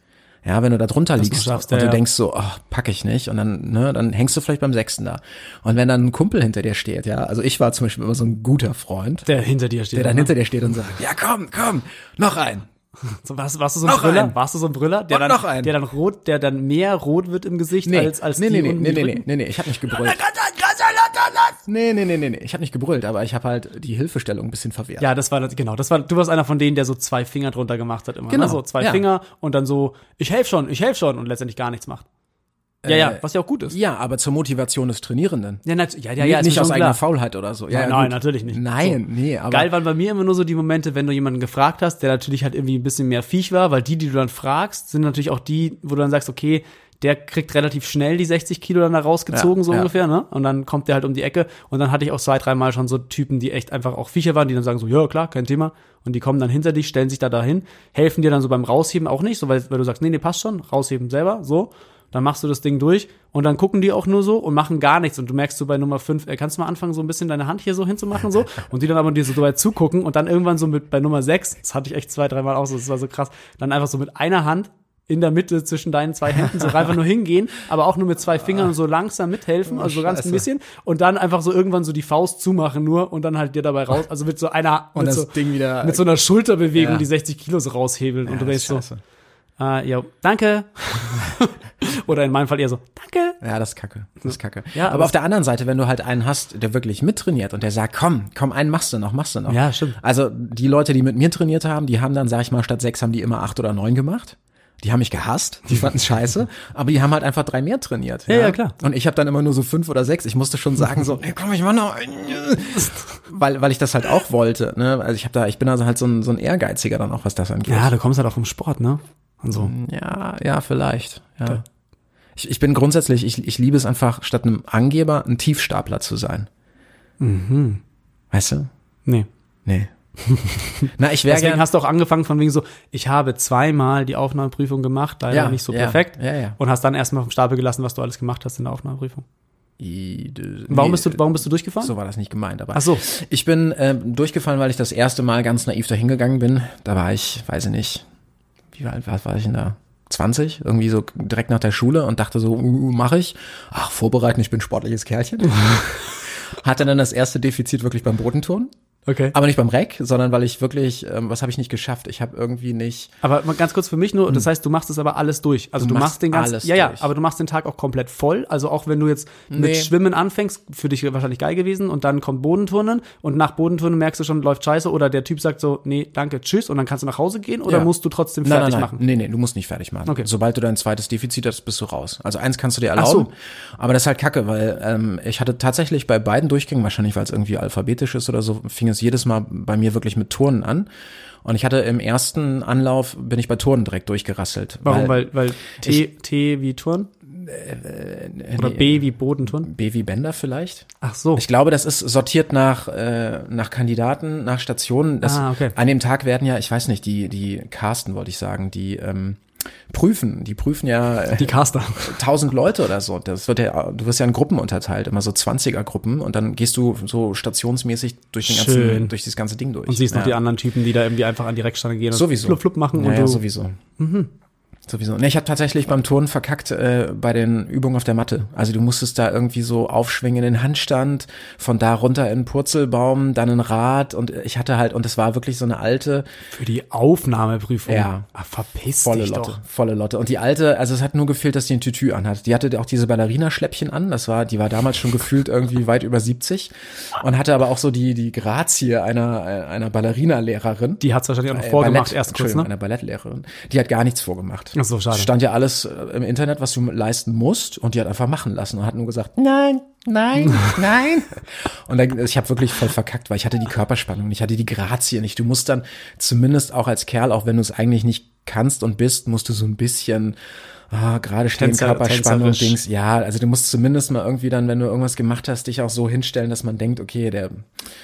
Speaker 3: Ja, wenn du da drunter liegst
Speaker 2: schaffst,
Speaker 3: und
Speaker 2: ja,
Speaker 3: du
Speaker 2: ja.
Speaker 3: denkst so, oh, pack ich nicht, und dann, ne, dann hängst du vielleicht beim Sechsten da. Und wenn dann ein Kumpel hinter dir steht, ja, also ich war zum Beispiel immer so ein guter Freund,
Speaker 2: Der hinter dir steht.
Speaker 3: der dann
Speaker 2: ne?
Speaker 3: hinter dir steht und sagt, ja komm, komm, noch ein,
Speaker 2: So, warst, warst du so ein
Speaker 3: Noch
Speaker 2: Brüller?
Speaker 3: einen.
Speaker 2: Warst du so ein Brüller? Der
Speaker 3: Und
Speaker 2: dann,
Speaker 3: noch einen.
Speaker 2: Der dann rot, der dann mehr rot wird im Gesicht als, als
Speaker 3: nee,
Speaker 2: die
Speaker 3: nee, nee,
Speaker 2: unten
Speaker 3: nee,
Speaker 2: die
Speaker 3: nee, nee,
Speaker 2: Rücken?
Speaker 3: nee, nee, ich habe nicht gebrüllt. Nee, nee, nee, nee, nee, ich habe nicht gebrüllt, aber ich habe halt die Hilfestellung ein bisschen verwehrt.
Speaker 2: Ja, das war das- genau, das war du warst einer von denen, der so zwei Finger drunter gemacht hat immer,
Speaker 3: Genau,
Speaker 2: ne? so zwei
Speaker 3: ja.
Speaker 2: Finger und dann so ich helf schon, ich helf schon und letztendlich gar nichts macht. Ja, ja, was ja auch gut ist.
Speaker 3: Äh, Ja, aber zur Motivation des Trainierenden.
Speaker 2: Ja, nat- ja, ja, ja, ist mir
Speaker 3: nicht
Speaker 2: schon
Speaker 3: aus
Speaker 2: klar.
Speaker 3: eigener Faulheit oder so. Ja,
Speaker 2: Nein,
Speaker 3: ja,
Speaker 2: nein,
Speaker 3: gut.
Speaker 2: natürlich nicht.
Speaker 3: Nein, nee, aber
Speaker 2: Geil waren bei mir immer nur so die Momente, wenn du jemanden gefragt hast, der natürlich halt irgendwie ein bisschen mehr Viech war, weil die, die du dann fragst, sind natürlich auch die, wo du dann sagst, okay, der kriegt relativ schnell die 60 Kilo dann da rausgezogen,
Speaker 3: Ja,
Speaker 2: so
Speaker 3: ja.
Speaker 2: ungefähr, ne? Und dann kommt der halt um die Ecke und dann hatte ich auch zwei, dreimal schon so Typen, die echt einfach auch Viecher waren, die dann sagen so, ja, klar, kein Thema. Und die kommen dann hinter dich, stellen sich da dahin, helfen dir dann so beim Rausheben auch nicht, so weil, weil du sagst, nee, nee, passt schon, rausheben selber, so. Dann machst du das Ding durch und dann gucken die auch nur so und machen gar nichts. Und du merkst so bei Nummer 5, äh, kannst du mal anfangen, so ein bisschen deine Hand hier so hinzumachen, so. Und die dann aber dir so dabei zugucken und dann irgendwann so mit bei Nummer 6, das hatte ich echt zwei, dreimal auch so, das war so krass, dann einfach so mit einer Hand in der Mitte zwischen deinen zwei Händen so einfach nur hingehen, aber auch nur mit zwei Fingern so langsam mithelfen, also so ganz ein
Speaker 3: Scheiße.
Speaker 2: bisschen und dann einfach so irgendwann so die Faust zumachen nur und dann halt dir dabei raus, also mit so einer
Speaker 3: Und
Speaker 2: mit,
Speaker 3: das
Speaker 2: so,
Speaker 3: Ding wieder-
Speaker 2: mit so einer Schulterbewegung
Speaker 3: Ja.
Speaker 2: die 60 Kilo so raushebeln und du
Speaker 3: das
Speaker 2: denkst
Speaker 3: ist
Speaker 2: so,
Speaker 3: scheiße.
Speaker 2: ah, ja, danke. Oder in meinem Fall eher so, danke.
Speaker 3: Ja, das ist kacke. Das ist kacke.
Speaker 2: Ja,
Speaker 3: aber
Speaker 2: aber-
Speaker 3: auf der anderen Seite, wenn du halt einen hast, der wirklich mittrainiert und der sagt, komm, komm, einen machst du noch, machst du noch.
Speaker 2: Ja, stimmt.
Speaker 3: Also die Leute, die mit mir trainiert haben, die haben dann, sag ich mal, statt sechs haben die immer acht oder neun gemacht. Die haben mich gehasst, die fanden scheiße, aber die haben halt einfach drei mehr trainiert.
Speaker 2: Ja, ja, klar.
Speaker 3: Und ich habe dann immer nur so fünf oder sechs. Ich musste schon sagen so, hey, komm, ich mach noch einen. Weil, weil ich das halt auch wollte. Ne? Also ich habe da, ich bin also halt so ein, so ein Ehrgeiziger dann auch, was das angeht.
Speaker 2: Ja, du kommst halt auch vom Sport, ne? Und so.
Speaker 3: Ja, ja, vielleicht. Ja. Ich, ich bin grundsätzlich, ich, ich liebe es einfach, statt einem Angeber ein Tiefstapler zu sein. Mhm. Weißt du?
Speaker 2: Nee.
Speaker 3: Nee. Na, ich wäre
Speaker 2: Deswegen
Speaker 3: gern.
Speaker 2: hast du auch angefangen von wegen so, ich habe zweimal die Aufnahmeprüfung gemacht, leider
Speaker 3: Ja,
Speaker 2: nicht so
Speaker 3: ja,
Speaker 2: perfekt.
Speaker 3: ja, ja.
Speaker 2: Und hast dann erstmal vom Stapel gelassen, was du alles gemacht hast in der Aufnahmeprüfung. Warum,
Speaker 3: Warum
Speaker 2: bist, du, warum bist du durchgefahren?
Speaker 3: So war das nicht gemeint, aber.
Speaker 2: Ach so.
Speaker 3: Ich bin ähm, durchgefallen, weil ich das erste Mal ganz naiv dahingegangen bin. Da war ich, weiß ich nicht, wie alt war, war ich denn da? 20, irgendwie so direkt nach der Schule und dachte so, uh, mache ich. Ach, vorbereiten, ich bin ein sportliches Kerlchen. Hatte dann das erste Defizit wirklich beim Bodenturnen.
Speaker 2: Okay.
Speaker 3: Aber nicht beim Reck, sondern weil ich wirklich, ähm, was habe ich nicht geschafft? Ich habe irgendwie nicht.
Speaker 2: Aber mal ganz kurz für mich nur, das heißt, du machst es aber alles durch. Also du,
Speaker 3: Hm. Du
Speaker 2: machst,
Speaker 3: machst
Speaker 2: den ganzen
Speaker 3: alles
Speaker 2: Ja, ja,
Speaker 3: durch.
Speaker 2: aber du machst den Tag auch komplett voll, also auch wenn du jetzt mit
Speaker 3: Nee.
Speaker 2: Schwimmen anfängst, für dich wahrscheinlich geil gewesen und dann kommt Bodenturnen und nach Bodenturnen merkst du schon, läuft scheiße oder der Typ sagt so, nee, danke, tschüss und dann kannst du nach Hause gehen oder
Speaker 3: Ja.
Speaker 2: musst du trotzdem
Speaker 3: Nein,
Speaker 2: fertig
Speaker 3: nein, nein.
Speaker 2: machen?
Speaker 3: Nee, nee, du musst nicht fertig machen.
Speaker 2: Okay.
Speaker 3: Sobald du dein zweites Defizit hast, bist du raus. Also eins kannst du dir
Speaker 2: so.
Speaker 3: erlauben. Aber das ist halt kacke, weil ähm, ich hatte tatsächlich bei beiden Durchgängen, wahrscheinlich weil es irgendwie alphabetisch ist oder so, fing es jedes Mal bei mir wirklich mit Turnen an. Und ich hatte im ersten Anlauf, bin ich bei Turnen direkt durchgerasselt.
Speaker 2: Warum? Weil, weil, T, T wie Turn?
Speaker 3: Äh,
Speaker 2: Oder B wie Bodenturn?
Speaker 3: B wie Bänder vielleicht?
Speaker 2: Ach so.
Speaker 3: Ich glaube, das ist sortiert nach, äh, nach Kandidaten, nach Stationen. Das,
Speaker 2: Ah, okay.
Speaker 3: An dem Tag werden ja, ich weiß nicht, die, die Casten, wollte ich sagen, die ähm, prüfen, die prüfen ja äh,
Speaker 2: die Caster.
Speaker 3: 1000 Leute oder so. Das wird ja, du wirst ja in Gruppen unterteilt, immer so 20er Gruppen und dann gehst du so stationsmäßig durch den
Speaker 2: Schön.
Speaker 3: ganzen, durch das ganze Ding durch.
Speaker 2: Und siehst
Speaker 3: ja.
Speaker 2: noch die anderen Typen, die da irgendwie einfach an die Reckstange gehen und
Speaker 3: Sowieso.
Speaker 2: flup, flup machen
Speaker 3: ja,
Speaker 2: und
Speaker 3: ja,
Speaker 2: du, Mhm.
Speaker 3: sowieso. Sowieso. Ne, ich habe tatsächlich beim Turnen verkackt äh, bei den Übungen auf der Matte. Also du musstest da irgendwie so aufschwingen in den Handstand, von da runter in den Purzelbaum, dann ein Rad und ich hatte halt, und das war wirklich so eine alte,
Speaker 2: für die Aufnahmeprüfung.
Speaker 3: Ja.
Speaker 2: Ah, verpiss
Speaker 3: volle
Speaker 2: dich
Speaker 3: Lotte,
Speaker 2: doch.
Speaker 3: volle Lotte. Und die alte, also es hat nur gefehlt, dass die ein Tütü anhat. Die hatte auch diese Ballerina-Schläppchen an, das war, die war damals schon gefühlt irgendwie weit über 70 und hatte aber auch so die, die Grazie einer, einer Ballerina-Lehrerin.
Speaker 2: Die hat's wahrscheinlich auch noch
Speaker 3: Äh,
Speaker 2: vorgemacht,
Speaker 3: Ballett,
Speaker 2: erst kurz,
Speaker 3: Entschuldigung,
Speaker 2: ne?
Speaker 3: Eine Ballettlehrerin. Die hat gar nichts vorgemacht.
Speaker 2: Ach so, schade.
Speaker 3: Stand ja alles äh, im Internet, was du leisten musst, und die hat einfach machen lassen und hat nur gesagt, nein, nein, nein. Und dann, ich habe wirklich voll verkackt, weil ich hatte die Körperspannung, nicht, ich hatte die Grazie nicht. Du musst dann zumindest auch als Kerl, auch wenn du es eigentlich nicht kannst und bist, musst du so ein bisschen ah, gerade stehen,
Speaker 2: Tänzer-
Speaker 3: Körperspannung,
Speaker 2: tänzerisch.
Speaker 3: Dings. Ja, also du musst zumindest mal irgendwie dann, wenn du irgendwas gemacht hast, dich auch so hinstellen, dass man denkt, okay, der,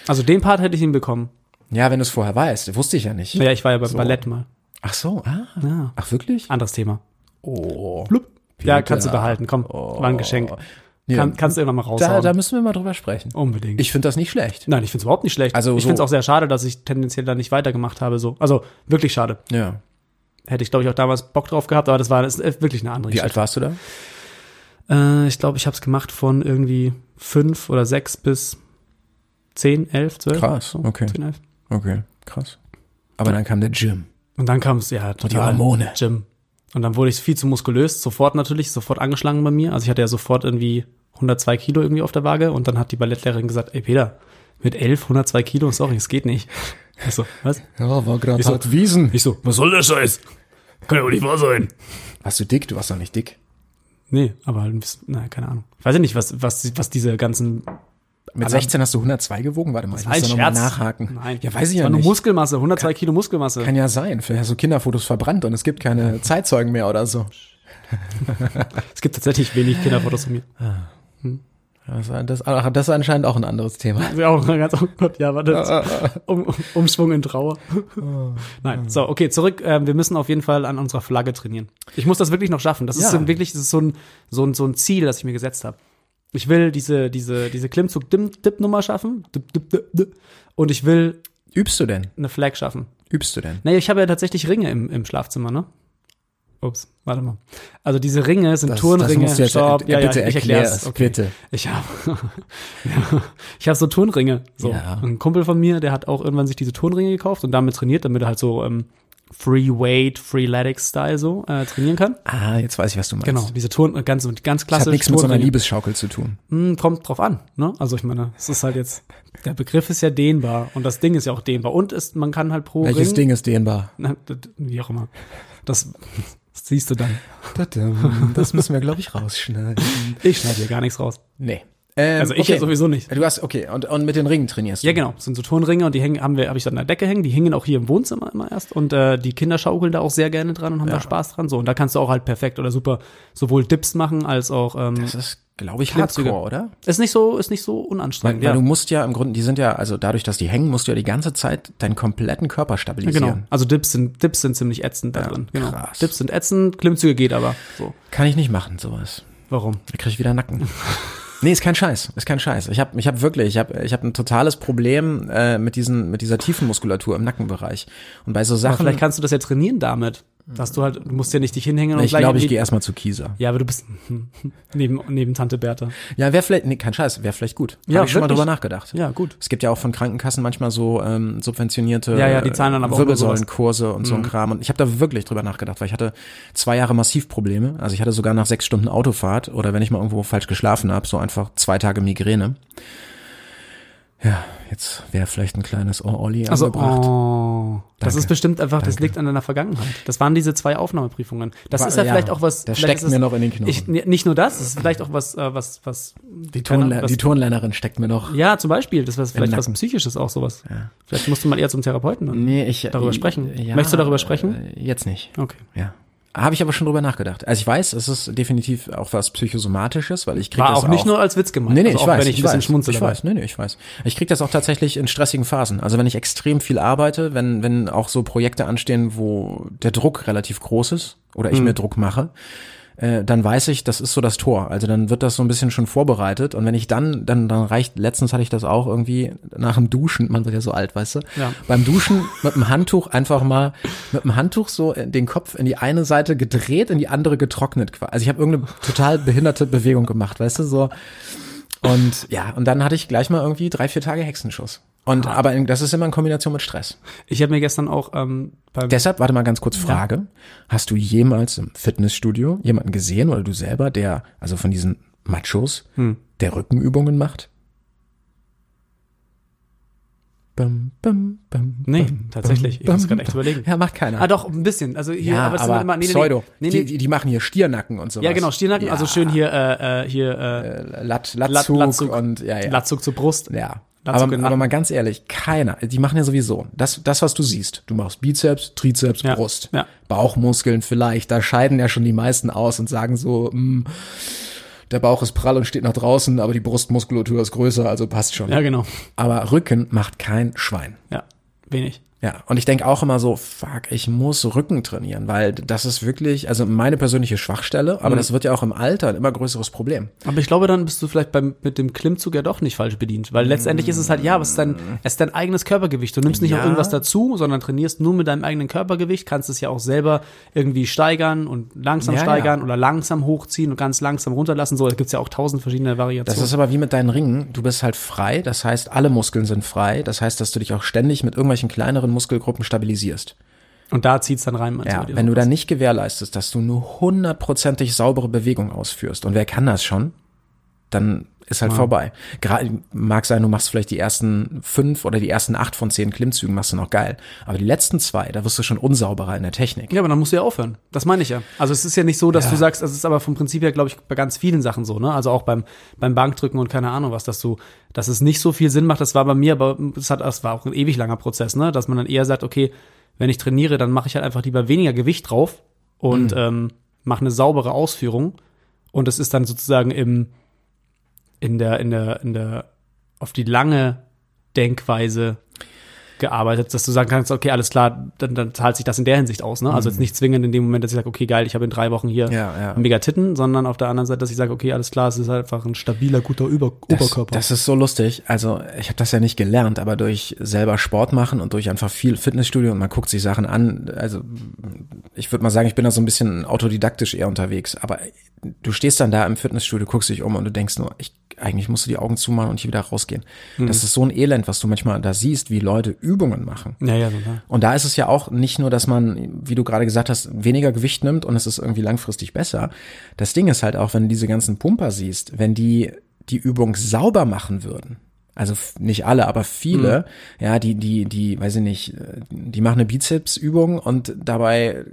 Speaker 2: Also den Part hätte ich hinbekommen.
Speaker 3: ja, wenn du es vorher weißt, wusste ich ja nicht.
Speaker 2: Ja, ich war ja beim Ballett mal.
Speaker 3: Ach so, ah.
Speaker 2: Ja.
Speaker 3: Ach wirklich?
Speaker 2: Anderes Thema.
Speaker 3: Oh.
Speaker 2: Ja, kannst du behalten. Komm, war ein Geschenk. Kann, kannst du irgendwann mal
Speaker 3: Da,
Speaker 2: raushauen.
Speaker 3: da müssen wir mal drüber sprechen.
Speaker 2: Unbedingt.
Speaker 3: Ich finde das nicht schlecht.
Speaker 2: Nein, ich finde es überhaupt nicht schlecht.
Speaker 3: Also
Speaker 2: ich
Speaker 3: so-
Speaker 2: finde es auch sehr schade, dass ich tendenziell da nicht weitergemacht habe. So. Also wirklich schade.
Speaker 3: Ja.
Speaker 2: Hätte ich, glaube ich, auch damals Bock drauf gehabt, aber das war das ist wirklich eine andere
Speaker 3: Wie alt warst du da?
Speaker 2: Äh, ich glaube, ich habe es gemacht von irgendwie fünf oder sechs bis zehn, elf, zwölf.
Speaker 3: Krass,
Speaker 2: So,
Speaker 3: okay.
Speaker 2: Zehn, elf.
Speaker 3: Okay, krass. Aber dann kam der Gym.
Speaker 2: Und dann kam es, ja, total.
Speaker 3: Hormone.
Speaker 2: Gym. Und dann wurde ich viel zu muskulös, sofort natürlich, sofort angeschlagen bei mir. Also ich hatte ja sofort irgendwie 102 Kilo irgendwie auf der Waage und dann hat die Ballettlehrerin gesagt, ey Peter, mit 11, 102 Kilo, sorry, es geht nicht. Ich so, was?
Speaker 3: Ja, war gerade
Speaker 2: Wieso?
Speaker 3: hart Wiesen.
Speaker 2: Ich so, was soll der Scheiß? Kann ja wohl nicht wahr sein.
Speaker 3: Warst du dick? Du warst doch nicht dick.
Speaker 2: Nee, aber halt ein bisschen, naja, keine Ahnung. Weiß ich nicht, was, was, was diese ganzen
Speaker 3: Mit 16 hast du 102 gewogen? Warte mal, ich muss
Speaker 2: Ein
Speaker 3: da nochmal
Speaker 2: Scherz.
Speaker 3: nachhaken.
Speaker 2: Nein.
Speaker 3: Ja, weiß
Speaker 2: Das
Speaker 3: ich ja
Speaker 2: war nur
Speaker 3: nicht.
Speaker 2: Muskelmasse, 102 Kilo Muskelmasse.
Speaker 3: Kann ja sein. Vielleicht hast du Kinderfotos verbrannt und es gibt keine Zeitzeugen mehr oder so.
Speaker 2: es gibt tatsächlich wenig Kinderfotos von mir.
Speaker 3: Das, das, ach, das ist anscheinend auch ein anderes Thema.
Speaker 2: Ja, auch ganz, oh Gott, ja, warte. Um, um, Umschwung in Trauer. Nein, so, okay, zurück. Ähm, wir müssen auf jeden Fall an unserer Flagge trainieren. Ich muss das wirklich noch schaffen. Das ist
Speaker 3: Ja.
Speaker 2: wirklich das ist so, ein, so, ein, so ein Ziel, das ich mir gesetzt habe. Ich will diese, diese, diese Klimmzug-Dip-Nummer schaffen. Dip, dip, dip, dip. Und ich will
Speaker 3: Übst du denn?
Speaker 2: eine Flag schaffen.
Speaker 3: Übst du denn?
Speaker 2: Naja, ich habe ja tatsächlich Ringe im, im Schlafzimmer, ne? Ups, warte mal. Also diese Ringe sind
Speaker 3: Das, das
Speaker 2: Turnringe.
Speaker 3: musst du jetzt
Speaker 2: Stopp.
Speaker 3: äh, bitte
Speaker 2: ich
Speaker 3: erklär
Speaker 2: erklär's.
Speaker 3: es.
Speaker 2: Okay.
Speaker 3: Bitte.
Speaker 2: Ich habe ja, ich hab so Turnringe. So.
Speaker 3: Ja.
Speaker 2: Ein Kumpel von mir, der hat auch irgendwann sich diese Turnringe gekauft und damit trainiert, damit er halt so ähm, Free Weight, Free Latics Style so äh, trainieren kann.
Speaker 3: Ah, jetzt weiß ich, was du meinst.
Speaker 2: Genau, diese Turn, ganz, ganz
Speaker 3: Das
Speaker 2: klassisch.
Speaker 3: hat nichts mit so einer
Speaker 2: Turnringe.
Speaker 3: Liebesschaukel zu tun.
Speaker 2: Hm, kommt drauf an, ne? Also ich meine, es ist halt jetzt, der Begriff ist ja dehnbar und das Ding ist ja auch dehnbar und ist, man kann halt pro
Speaker 3: Welches
Speaker 2: Ring,
Speaker 3: Ding ist dehnbar?
Speaker 2: Na, d- d- wie auch immer. Das, das siehst du dann.
Speaker 3: Das müssen wir, glaube ich, rausschneiden.
Speaker 2: Ich schneide hier gar nichts raus.
Speaker 3: Nee. Ähm,
Speaker 2: Also ich ja sowieso nicht.
Speaker 3: Du hast, okay, und, und mit den Ringen trainierst du?
Speaker 2: Ja, genau. Das sind so Turnringe und die hängen, haben wir, habe ich dann an der Decke hängen. Die hingen auch hier im Wohnzimmer immer erst und äh, die Kinder schaukeln da auch sehr gerne dran und haben da Spaß dran. So und da kannst du auch halt perfekt oder super sowohl Dips machen als auch. Ähm,
Speaker 3: Das ist, glaube ich,
Speaker 2: Klimmzüge.
Speaker 3: Hardcore, oder?
Speaker 2: ist nicht so, ist nicht so
Speaker 3: Weil,
Speaker 2: unanstrengend.
Speaker 3: weil du
Speaker 2: ja.
Speaker 3: musst ja im Grunde, die sind ja, also dadurch, dass die hängen, musst du ja die ganze Zeit deinen kompletten Körper stabilisieren.
Speaker 2: Genau. Also Dips sind Dips sind ziemlich ätzend da drin. Genau.
Speaker 3: krass.
Speaker 2: Dips sind ätzend, Klimmzüge geht aber. So.
Speaker 3: Kann ich nicht machen, sowas.
Speaker 2: Warum?
Speaker 3: Da krieg ich wieder Nacken. Nee, ist kein Scheiß, ist kein Scheiß. Ich habe ich hab wirklich, ich habe ich hab ein totales Problem äh, mit, diesen, mit dieser tiefen Muskulatur im Nackenbereich. Und bei so Sachen,
Speaker 2: Vielleicht kannst du das ja trainieren damit, dass du halt du musst ja nicht dich hinhängen und
Speaker 3: ich
Speaker 2: gleich
Speaker 3: glaube, ich
Speaker 2: irgendwie-
Speaker 3: gehe erstmal zu Kieser.
Speaker 2: Ja, aber du bist neben, neben Tante Bertha.
Speaker 3: Ja, wäre vielleicht, nee, kein Scheiß, wäre vielleicht gut.
Speaker 2: Ja,
Speaker 3: hab ich schon mal
Speaker 2: wirklich.
Speaker 3: drüber nachgedacht.
Speaker 2: Ja, gut.
Speaker 3: Es gibt ja auch von Krankenkassen manchmal so ähm, subventionierte
Speaker 2: Ja, ja, die zahlen dann aber auch nur sowas. Mhm.
Speaker 3: Wirbelsäulenkurse und so ein Kram. Und ich habe da wirklich drüber nachgedacht, weil ich hatte zwei Jahre massiv Probleme. Also ich hatte sogar nach sechs Stunden Autofahrt oder wenn ich mal irgendwo falsch geschlafen habe, so einfach zwei Tage Migräne. Ja, jetzt wäre vielleicht ein kleines Oh Olli
Speaker 2: Also,
Speaker 3: angebracht.
Speaker 2: oh, das
Speaker 3: Danke.
Speaker 2: ist bestimmt einfach, das liegt an deiner Vergangenheit. Das waren diese zwei Aufnahmeprüfungen. Das
Speaker 3: Wa-
Speaker 2: ist ja,
Speaker 3: ja,
Speaker 2: vielleicht auch was.
Speaker 3: das
Speaker 2: vielleicht
Speaker 3: steckt
Speaker 2: ist es-
Speaker 3: mir noch in den Knochen.
Speaker 2: Ich, nee, nicht nur das, es ist vielleicht auch was, äh, was, was.
Speaker 3: die, Turnle
Speaker 2: was
Speaker 3: die Turnlernerin steckt mir noch.
Speaker 2: ja, zum Beispiel, das war vielleicht was
Speaker 3: Nacken.
Speaker 2: Psychisches auch sowas. Vielleicht musst du mal eher zum Therapeuten. ne? dann.
Speaker 3: Nee, ich
Speaker 2: Darüber sprechen. Möchtest du darüber sprechen?
Speaker 3: Äh, jetzt nicht.
Speaker 2: Okay.
Speaker 3: Ja. Habe ich aber schon drüber nachgedacht. Also ich weiß, es ist definitiv auch was psychosomatisches, weil ich kriege
Speaker 2: War
Speaker 3: das
Speaker 2: auch nicht nur als Witz gemeint.
Speaker 3: Nee, nee,
Speaker 2: also
Speaker 3: ich
Speaker 2: auch
Speaker 3: weiß,
Speaker 2: wenn ich, ein bisschen ne?
Speaker 3: weiß,
Speaker 2: schmunzel
Speaker 3: ich
Speaker 2: dabei.
Speaker 3: weiß, nee, nee, ich weiß. Ich kriege das auch tatsächlich in stressigen Phasen. Also wenn ich extrem viel arbeite, wenn, wenn auch so Projekte anstehen, wo der Druck relativ groß ist oder
Speaker 2: Hm.
Speaker 3: ich mir Druck mache, äh, dann weiß ich, das ist so das Tor. Also dann wird das so ein bisschen schon vorbereitet und wenn ich dann, dann, dann reicht, letztens hatte ich das auch irgendwie nach dem Duschen, man wird ja so alt, weißt du,
Speaker 2: Ja.
Speaker 3: beim Duschen mit dem Handtuch einfach mal, mit dem Handtuch so in den Kopf in die eine Seite gedreht, in die andere getrocknet. quasi. Also ich habe irgendeine total behinderte Bewegung gemacht, weißt du, so und ja, und dann hatte ich gleich mal irgendwie drei, vier Tage Hexenschuss. Und aber in, das ist immer in Kombination mit Stress.
Speaker 2: Ich habe mir gestern auch ähm, beim.
Speaker 3: Deshalb, warte mal ganz kurz Frage. Hast du jemals im Fitnessstudio jemanden gesehen oder du selber, der, also von diesen Machos,
Speaker 2: Hm.
Speaker 3: der Rückenübungen macht? Bam, bam, bam,
Speaker 2: Nee,
Speaker 3: bam,
Speaker 2: tatsächlich. Ich
Speaker 3: bam,
Speaker 2: muss grad
Speaker 3: bam,
Speaker 2: echt
Speaker 3: bam.
Speaker 2: überlegen.
Speaker 3: Ja, macht keiner.
Speaker 2: Ah, doch, ein bisschen. Also hier,
Speaker 3: ja,
Speaker 2: aber,
Speaker 3: aber,
Speaker 2: es sind immer, nee, nee, nee.
Speaker 3: Pseudo.
Speaker 2: Nee, nee.
Speaker 3: Die, die, die machen hier Stiernacken und sowas.
Speaker 2: ja, genau, Stiernacken,
Speaker 3: Ja,
Speaker 2: also schön hier, äh, äh, hier, äh,
Speaker 3: Lat,
Speaker 2: Lat-
Speaker 3: Latzug,
Speaker 2: Latzug.
Speaker 3: und ja, ja.
Speaker 2: Latzug zur Brust.
Speaker 3: Ja.
Speaker 2: Dazu
Speaker 3: Aber,
Speaker 2: gehören
Speaker 3: aber
Speaker 2: Nacken.
Speaker 3: mal ganz ehrlich, keiner. Die machen ja sowieso das, das, was du siehst. Du machst Bizeps, Trizeps,
Speaker 2: Ja.
Speaker 3: Brust,
Speaker 2: Ja.
Speaker 3: Bauchmuskeln vielleicht. Da scheiden ja schon die meisten aus und sagen so, "Hm, der Bauch ist prall und steht nach draußen, aber die Brustmuskulatur ist größer, also passt schon.
Speaker 2: Ja, genau.
Speaker 3: Aber Rücken macht kein Schwein.
Speaker 2: Ja, wenig.
Speaker 3: Ja, und ich denke auch immer so, fuck, ich muss Rücken trainieren, weil das ist wirklich, also meine persönliche Schwachstelle,
Speaker 2: Mhm.
Speaker 3: aber das wird ja auch im Alter ein immer größeres Problem.
Speaker 2: Aber ich glaube, dann bist du vielleicht beim, mit dem Klimmzug ja doch nicht falsch bedient, weil letztendlich ist es halt, ja, aber es ist dein, es ist dein eigenes Körpergewicht. Du nimmst nicht
Speaker 3: Mm. Ja.
Speaker 2: noch irgendwas dazu, sondern trainierst nur mit deinem eigenen Körpergewicht, kannst es ja auch selber irgendwie steigern und langsam
Speaker 3: Ja,
Speaker 2: steigern oder langsam hochziehen und ganz langsam runterlassen. So, da gibt's ja auch tausend verschiedene
Speaker 3: Das
Speaker 2: Variationen.
Speaker 3: ist aber wie mit deinen Ringen. Du bist halt frei. Das heißt, alle Muskeln sind frei. Das heißt, dass du dich auch ständig mit irgendwelchen kleineren Muskelgruppen stabilisierst.
Speaker 2: Und da zieht's dann rein, meinst
Speaker 3: Ja,
Speaker 2: bei dir
Speaker 3: wenn du
Speaker 2: sowas?
Speaker 3: dann nicht gewährleistest, dass du nur hundertprozentig saubere Bewegung ausführst, und wer kann das schon, dann ist halt vorbei. Gerade mag sein, du machst vielleicht die ersten fünf oder die ersten acht von zehn Klimmzügen, machst du noch geil. Aber die letzten zwei, da wirst du schon unsauberer in der Technik.
Speaker 2: Ja, aber dann musst du ja aufhören. Das meine ich ja. Also es ist ja nicht so, dass du sagst, es ist aber vom Prinzip her, glaube ich, bei ganz vielen Sachen so, ne? Also auch beim, beim Bankdrücken und keine Ahnung was, dass du, dass es nicht so viel Sinn macht. Das war bei mir, aber das hat, das war auch ein ewig langer Prozess, ne? Dass man dann eher sagt, okay, wenn ich trainiere, dann mache ich halt einfach lieber weniger Gewicht drauf und ähm, mache eine saubere Ausführung. Und das ist dann sozusagen im, in der, in der, in der, auf die lange Denkweise gearbeitet, dass du sagen kannst, okay, alles klar, dann, dann zahlt sich das in der Hinsicht aus. Ne? Also jetzt nicht zwingend in dem Moment, dass ich sage, okay, geil, ich habe in drei Wochen hier
Speaker 3: Mhm. Ja, ja.
Speaker 2: mega Titten, sondern auf der anderen Seite, dass ich sage, okay, alles klar, es ist einfach ein stabiler, guter Über
Speaker 3: Das,
Speaker 2: Oberkörper.
Speaker 3: das ist so lustig. Also ich habe das ja nicht gelernt, aber durch selber Sport machen und durch einfach viel Fitnessstudio und man guckt sich Sachen an. Also ich würde mal sagen, ich bin da so ein bisschen autodidaktisch eher unterwegs. Aber du stehst dann da im Fitnessstudio, guckst dich um und du denkst nur, ich, eigentlich musst du die Augen zumachen und hier wieder rausgehen. Das ist so ein Elend, was du manchmal da siehst, wie Leute Übungen machen.
Speaker 2: ja, ne? ja, total.
Speaker 3: Und da ist es ja auch nicht nur, dass man, wie du gerade gesagt hast, weniger Gewicht nimmt und es ist irgendwie langfristig besser. Das Ding ist halt auch, wenn du diese ganzen Pumper siehst, wenn die die Übung sauber machen würden. Also f- nicht alle, aber viele,
Speaker 2: Mhm.
Speaker 3: ja, die, die, die, weiß ich nicht, äh, die machen eine Bizeps-Übung und dabei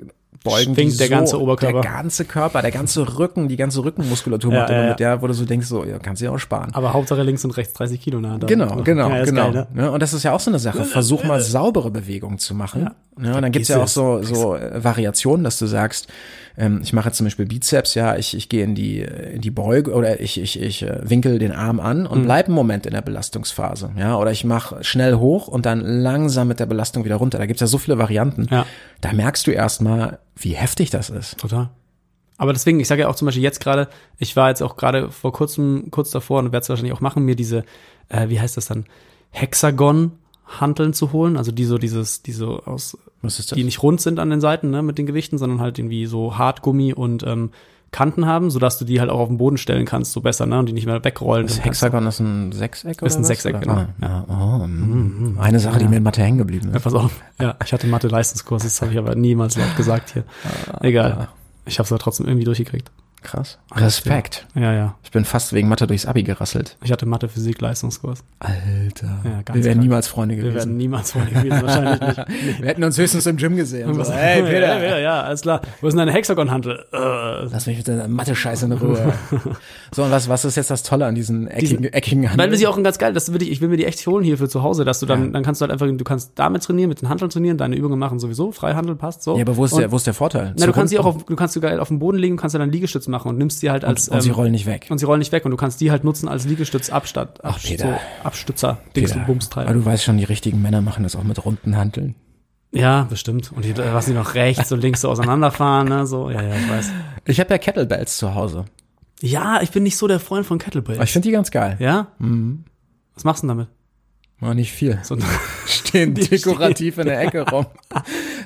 Speaker 3: beugen die
Speaker 2: Schwingt der
Speaker 3: so,
Speaker 2: ganze Oberkörper.
Speaker 3: Der ganze Körper, der ganze Rücken, die ganze Rückenmuskulatur
Speaker 2: Ja,
Speaker 3: macht
Speaker 2: ja,
Speaker 3: immer
Speaker 2: ja.
Speaker 3: mit, ja, wo du so denkst, so, ja, kannst du ja auch sparen.
Speaker 2: Aber Hauptsache links und rechts 30 Kilo nah dran.
Speaker 3: Genau, genau,
Speaker 2: ja, ist
Speaker 3: genau.
Speaker 2: Geil, ne?
Speaker 3: ne? Und das ist ja auch so eine Sache. Versuch mal saubere Bewegungen zu machen. ne? Und dann gibt's ja auch
Speaker 2: gehst
Speaker 3: so, so äh, Variationen, dass du sagst, ähm, ich mache jetzt zum Beispiel Bizeps, ja, ich, ich gehe in die, in die Beuge oder ich, ich, ich äh, winkel den Arm an
Speaker 2: Mhm.
Speaker 3: und bleib einen Moment in der Belastungsphase. Ja, oder ich mache schnell hoch und dann langsam mit der Belastung wieder runter. Da gibt's ja so viele Varianten.
Speaker 2: Ja.
Speaker 3: Da merkst du erstmal, wie heftig das ist.
Speaker 2: Total. Aber deswegen, ich sage ja auch zum Beispiel jetzt gerade, ich war jetzt auch gerade vor kurzem, kurz davor und werde es wahrscheinlich auch machen, mir diese, äh, wie heißt das dann, Hexagon-Hanteln zu holen, also die so dieses, die so aus
Speaker 3: Was ist das?
Speaker 2: die nicht rund sind an den Seiten ne, mit den Gewichten, sondern halt irgendwie so Hartgummi und ähm, Kanten haben, sodass du die halt auch auf den Boden stellen kannst, so besser, ne? Und die nicht mehr wegrollen.
Speaker 3: Das
Speaker 2: Dann kannst du
Speaker 3: Hexagon ist ein Sechseck oder
Speaker 2: Ist ein
Speaker 3: was?
Speaker 2: Sechseck,
Speaker 3: Oder-
Speaker 2: genau. Mhm.
Speaker 3: Ah, Ja. Oh, mm. Eine Sache, die mir in Mathe hängen geblieben ist.
Speaker 2: Ja, pass auf. Ja, ich hatte Mathe-Leistungskurs, das habe ich aber niemals laut gesagt hier.
Speaker 3: Ah,
Speaker 2: Egal. Ich habe es aber trotzdem irgendwie durchgekriegt.
Speaker 3: Krass. Respekt.
Speaker 2: Ja, ja.
Speaker 3: Ich bin fast wegen Mathe durchs Abi gerasselt.
Speaker 2: Ich hatte Mathe-Physik-Leistungskurs.
Speaker 3: Alter.
Speaker 2: Ja, ganz
Speaker 3: wir wären
Speaker 2: krank.
Speaker 3: niemals Freunde
Speaker 2: Wir werden
Speaker 3: gewesen.
Speaker 2: niemals Freunde gewesen, wahrscheinlich nicht.
Speaker 3: Wir, hätten uns höchstens im Gym gesehen. So,
Speaker 2: Was-
Speaker 3: hey,
Speaker 2: Ja,
Speaker 3: Peter.
Speaker 2: ja, ja, alles klar. Wo ist denn deine Hexagon-Hantel? Äh,
Speaker 3: Lass mich mit deiner Mathe-Scheiße in Ruhe. so, und was, was ist jetzt das Tolle an diesen eckigen, eckigen
Speaker 2: Weil das ist
Speaker 3: Handeln?
Speaker 2: ja auch ein ganz geil, das würde ich, ich will mir die echt holen hier für zu Hause, dass du dann, dann kannst du halt einfach, du kannst damit trainieren, mit den Handeln trainieren, deine Übungen machen sowieso, Freihandel passt, so.
Speaker 3: Ja, aber wo ist,
Speaker 2: und,
Speaker 3: der, wo ist der Vorteil?
Speaker 2: Na, du kannst sie auch
Speaker 3: Zurück-
Speaker 2: auf, du kannst sogar auf dem Boden liegen und kannst ja dann Liegestütz machen und nimmst die halt als,
Speaker 3: Und sie rollen nicht weg.
Speaker 2: und sie rollen nicht weg und du kannst die halt nutzen als Liegestützabstand, Ach,
Speaker 3: Peter.
Speaker 2: So, Abstützer, Dings
Speaker 3: Peter.
Speaker 2: und
Speaker 3: Aber
Speaker 2: Bumsteil.
Speaker 3: du weißt schon, die richtigen Männer machen das auch mit runden Handeln.
Speaker 2: Ja, bestimmt. Und die, was die noch rechts und links so auseinanderfahren, ne, so, ja, ja, ich weiß.
Speaker 3: Ich habe ja Kettlebells zu Hause.
Speaker 2: Ja, ich bin nicht so der Freund von Kettlebell.
Speaker 3: Ich finde die ganz geil.
Speaker 2: Ja? Mhm. Was machst du denn damit?
Speaker 3: Ja. Nicht viel.
Speaker 2: So,
Speaker 3: stehen dekorativ in der Ecke rum.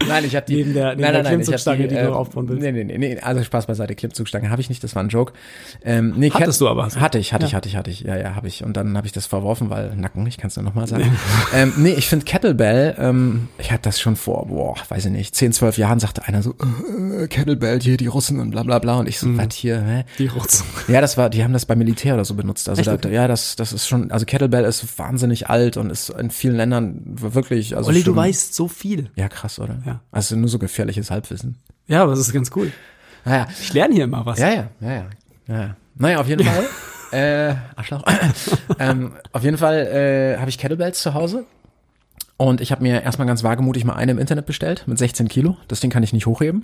Speaker 3: Nein, ich habe die
Speaker 2: Neben der- neben
Speaker 3: nein,
Speaker 2: der
Speaker 3: nein, nein, ich hab äh,
Speaker 2: Klimmzugstange, die du aufbauen willst.
Speaker 3: Nee, nee, nee, nee, also Spaß beiseite, Klimmzugstange habe ich nicht, das war ein Joke. Ähm, nee,
Speaker 2: Hattest
Speaker 3: Cat-
Speaker 2: du aber.
Speaker 3: Hatte ich, hatte ich, hatte ich, hatte ich. Ja, ja, habe ich und dann habe ich das verworfen, weil Nacken, ich kann es nur nochmal sagen. ähm, nee, ich finde Kettlebell, ähm, ich hatte das schon vor, boah, weiß ich nicht, 10, 12 Jahren sagte einer so äh, äh, Kettlebell hier die Russen und bla bla bla und ich
Speaker 2: Mhm.
Speaker 3: so was hier, hä?
Speaker 2: die Rutzen.
Speaker 3: Ja, das war, die haben das beim Militär oder so benutzt. Also
Speaker 2: Echt?
Speaker 3: da, da- ja, das, das ist schon, also Kettlebell ist wahnsinnig alt und ist in vielen Ländern wirklich, also
Speaker 2: Olli,
Speaker 3: schon,
Speaker 2: du weißt so viel.
Speaker 3: Ja, krass, oder?
Speaker 2: Ja.
Speaker 3: Also nur so gefährliches Halbwissen.
Speaker 2: Ja, aber das ist ganz cool.
Speaker 3: Naja,
Speaker 2: Ich lerne hier immer was.
Speaker 3: ja, ja, ja, ja. ja, ja. Naja, auf jeden Fall. äh, Arschloch. ähm, auf jeden Fall äh, habe ich Kettlebells zu Hause. Und ich habe mir erstmal ganz wagemutig mal eine im Internet bestellt mit 16 Kilo. Das Ding kann ich nicht hochheben.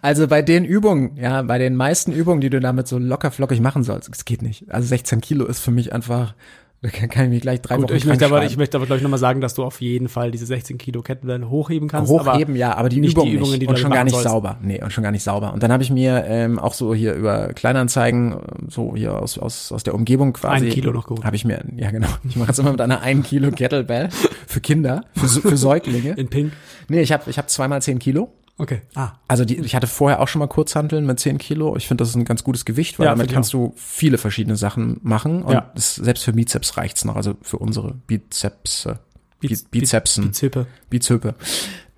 Speaker 3: Also bei den Übungen, ja, bei den meisten Übungen, die du damit so locker flockig machen sollst, es geht nicht. Also 16 Kilo ist für mich einfach, da kann, kann ich mich gleich drei
Speaker 2: Gut,
Speaker 3: Wochen
Speaker 2: ich möchte aber,
Speaker 3: krankschreiben.
Speaker 2: ich möchte aber glaube ich nochmal sagen, dass du auf jeden Fall diese 16 Kilo Kettlebell hochheben kannst.
Speaker 3: Hochheben,
Speaker 2: aber
Speaker 3: ja, aber die
Speaker 2: nicht
Speaker 3: Übung
Speaker 2: die Übungen,
Speaker 3: nicht.
Speaker 2: die du
Speaker 3: und schon gar
Speaker 2: machen
Speaker 3: nicht
Speaker 2: sollst.
Speaker 3: sauber. Nee, und schon gar nicht sauber. Und dann habe ich mir ähm, auch so hier über Kleinanzeigen, äh, so hier aus, aus, aus der Umgebung quasi.
Speaker 2: Ein Kilo noch geholt.
Speaker 3: Habe ich mir, ja genau. Ich mache jetzt immer mit einer 1 Kilo Kettlebell für Kinder, für, für Säuglinge.
Speaker 2: in Pink.
Speaker 3: Nee, ich habe ich hab zweimal 10 Kilo.
Speaker 2: Okay. Ah,
Speaker 3: Also die, ich hatte vorher auch schon mal Kurzhanteln mit 10 Kilo. Ich finde, das ist ein ganz gutes Gewicht, weil
Speaker 2: Ja,
Speaker 3: damit
Speaker 2: finde ich
Speaker 3: kannst du viele verschiedene Sachen machen. Und
Speaker 2: Ja.
Speaker 3: das, selbst für Bizeps reicht's noch, also für unsere Bizeps. Bi- Bizepsen.
Speaker 2: Bizepe.
Speaker 3: Bizöpe.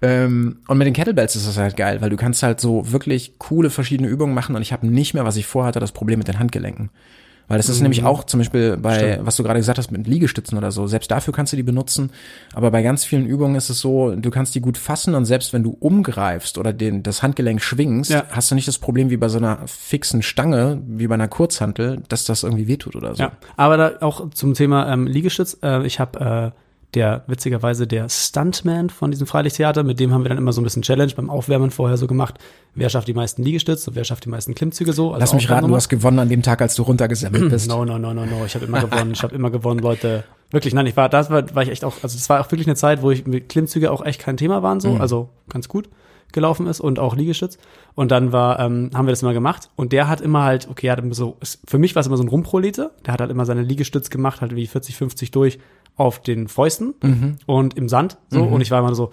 Speaker 3: Ähm, und mit den Kettlebells ist das halt geil, weil du kannst halt so wirklich coole verschiedene Übungen machen und ich habe nicht mehr, was ich vorhatte, das Problem mit den Handgelenken. Weil
Speaker 2: Mhm.
Speaker 3: das ist nämlich auch zum Beispiel bei, was du gerade gesagt hast, mit Liegestützen oder so, selbst dafür kannst du die benutzen, aber bei ganz vielen Übungen ist es so, du kannst die gut fassen und selbst wenn du umgreifst oder den, das Handgelenk schwingst,
Speaker 2: Ja.
Speaker 3: hast du nicht das Problem wie bei so einer fixen Stange, wie bei einer Kurzhantel, dass das irgendwie wehtut oder so.
Speaker 2: Ja, aber da auch zum Thema ähm, Liegestütz. Äh, ich habe äh, der witzigerweise der Stuntman von diesem Freilichttheater, mit dem haben wir dann immer so ein bisschen Challenge beim Aufwärmen vorher so gemacht. Wer schafft die meisten Liegestütze, wer schafft die meisten Klimmzüge so? Also Mhm.
Speaker 3: Lass mich raten, du
Speaker 2: Aufwärmnummer.
Speaker 3: hast gewonnen an dem Tag, als du runtergesammelt bist.
Speaker 2: No, no, no, no, no. Ich habe immer gewonnen. Ich habe immer gewonnen, Leute. Wirklich, nein, ich war, das war, war ich echt auch, also das war auch wirklich eine Zeit, wo ich mit Klimmzüge auch echt kein Thema waren, so, also ganz gut gelaufen ist und auch Liegestütz. Und dann war, ähm, haben wir das mal gemacht und der hat immer halt, okay, er hat immer so, es- für mich war es immer so ein Rumprolete, der hat halt immer seine Liegestütz gemacht, halt wie 40, 50 durch auf den Fäusten und im Sand, so, und ich war immer so,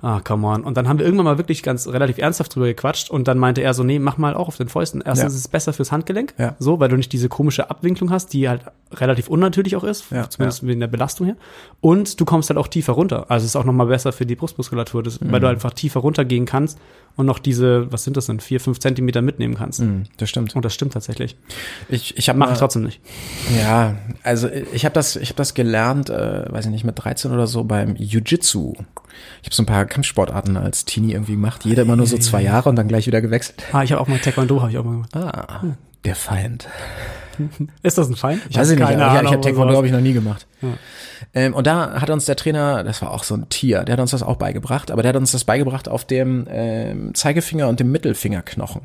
Speaker 2: Ah, come on. Und dann haben wir irgendwann mal wirklich ganz relativ ernsthaft drüber gequatscht und dann meinte er so, nee, mach mal auch auf den Fäusten. Erstens
Speaker 3: Ja.
Speaker 2: ist es besser fürs Handgelenk,
Speaker 3: Ja.
Speaker 2: so, weil du nicht diese komische Abwinklung hast, die halt relativ unnatürlich auch ist,
Speaker 3: Ja,
Speaker 2: zumindest wegen der Belastung her. Und du kommst halt auch tiefer runter. Also es ist auch nochmal besser für die Brustmuskulatur, das, weil du
Speaker 3: Mhm.
Speaker 2: einfach tiefer runtergehen kannst und noch diese, was sind das denn, vier, fünf Zentimeter mitnehmen kannst.
Speaker 3: Hm, das stimmt.
Speaker 2: Und das stimmt tatsächlich.
Speaker 3: Ich, ich habe
Speaker 2: Mache ich trotzdem nicht.
Speaker 3: Ja, also ich habe das, ich habe das gelernt, äh, weiß ich nicht, mit 13 oder so beim Jiu-Jitsu. Ich habe so ein paar Kampfsportarten als Teenie irgendwie gemacht. Jeder immer nur so zwei Jahre und dann gleich wieder gewechselt.
Speaker 2: Ah, ich habe auch mal Taekwondo, habe ich auch mal gemacht.
Speaker 3: Ah, der Feind.
Speaker 2: Ist das ein Feind? Hm. Ich
Speaker 3: weiß
Speaker 2: hab
Speaker 3: ich nicht. aber ich, ich habe
Speaker 2: ob
Speaker 3: Taekwondo
Speaker 2: sowas-
Speaker 3: habe ich noch nie gemacht. Ähm, und da hat uns der Trainer, das war auch so ein Tier, der hat uns das auch beigebracht, aber der hat uns das beigebracht auf dem ähm, Zeigefinger und dem Mittelfingerknochen.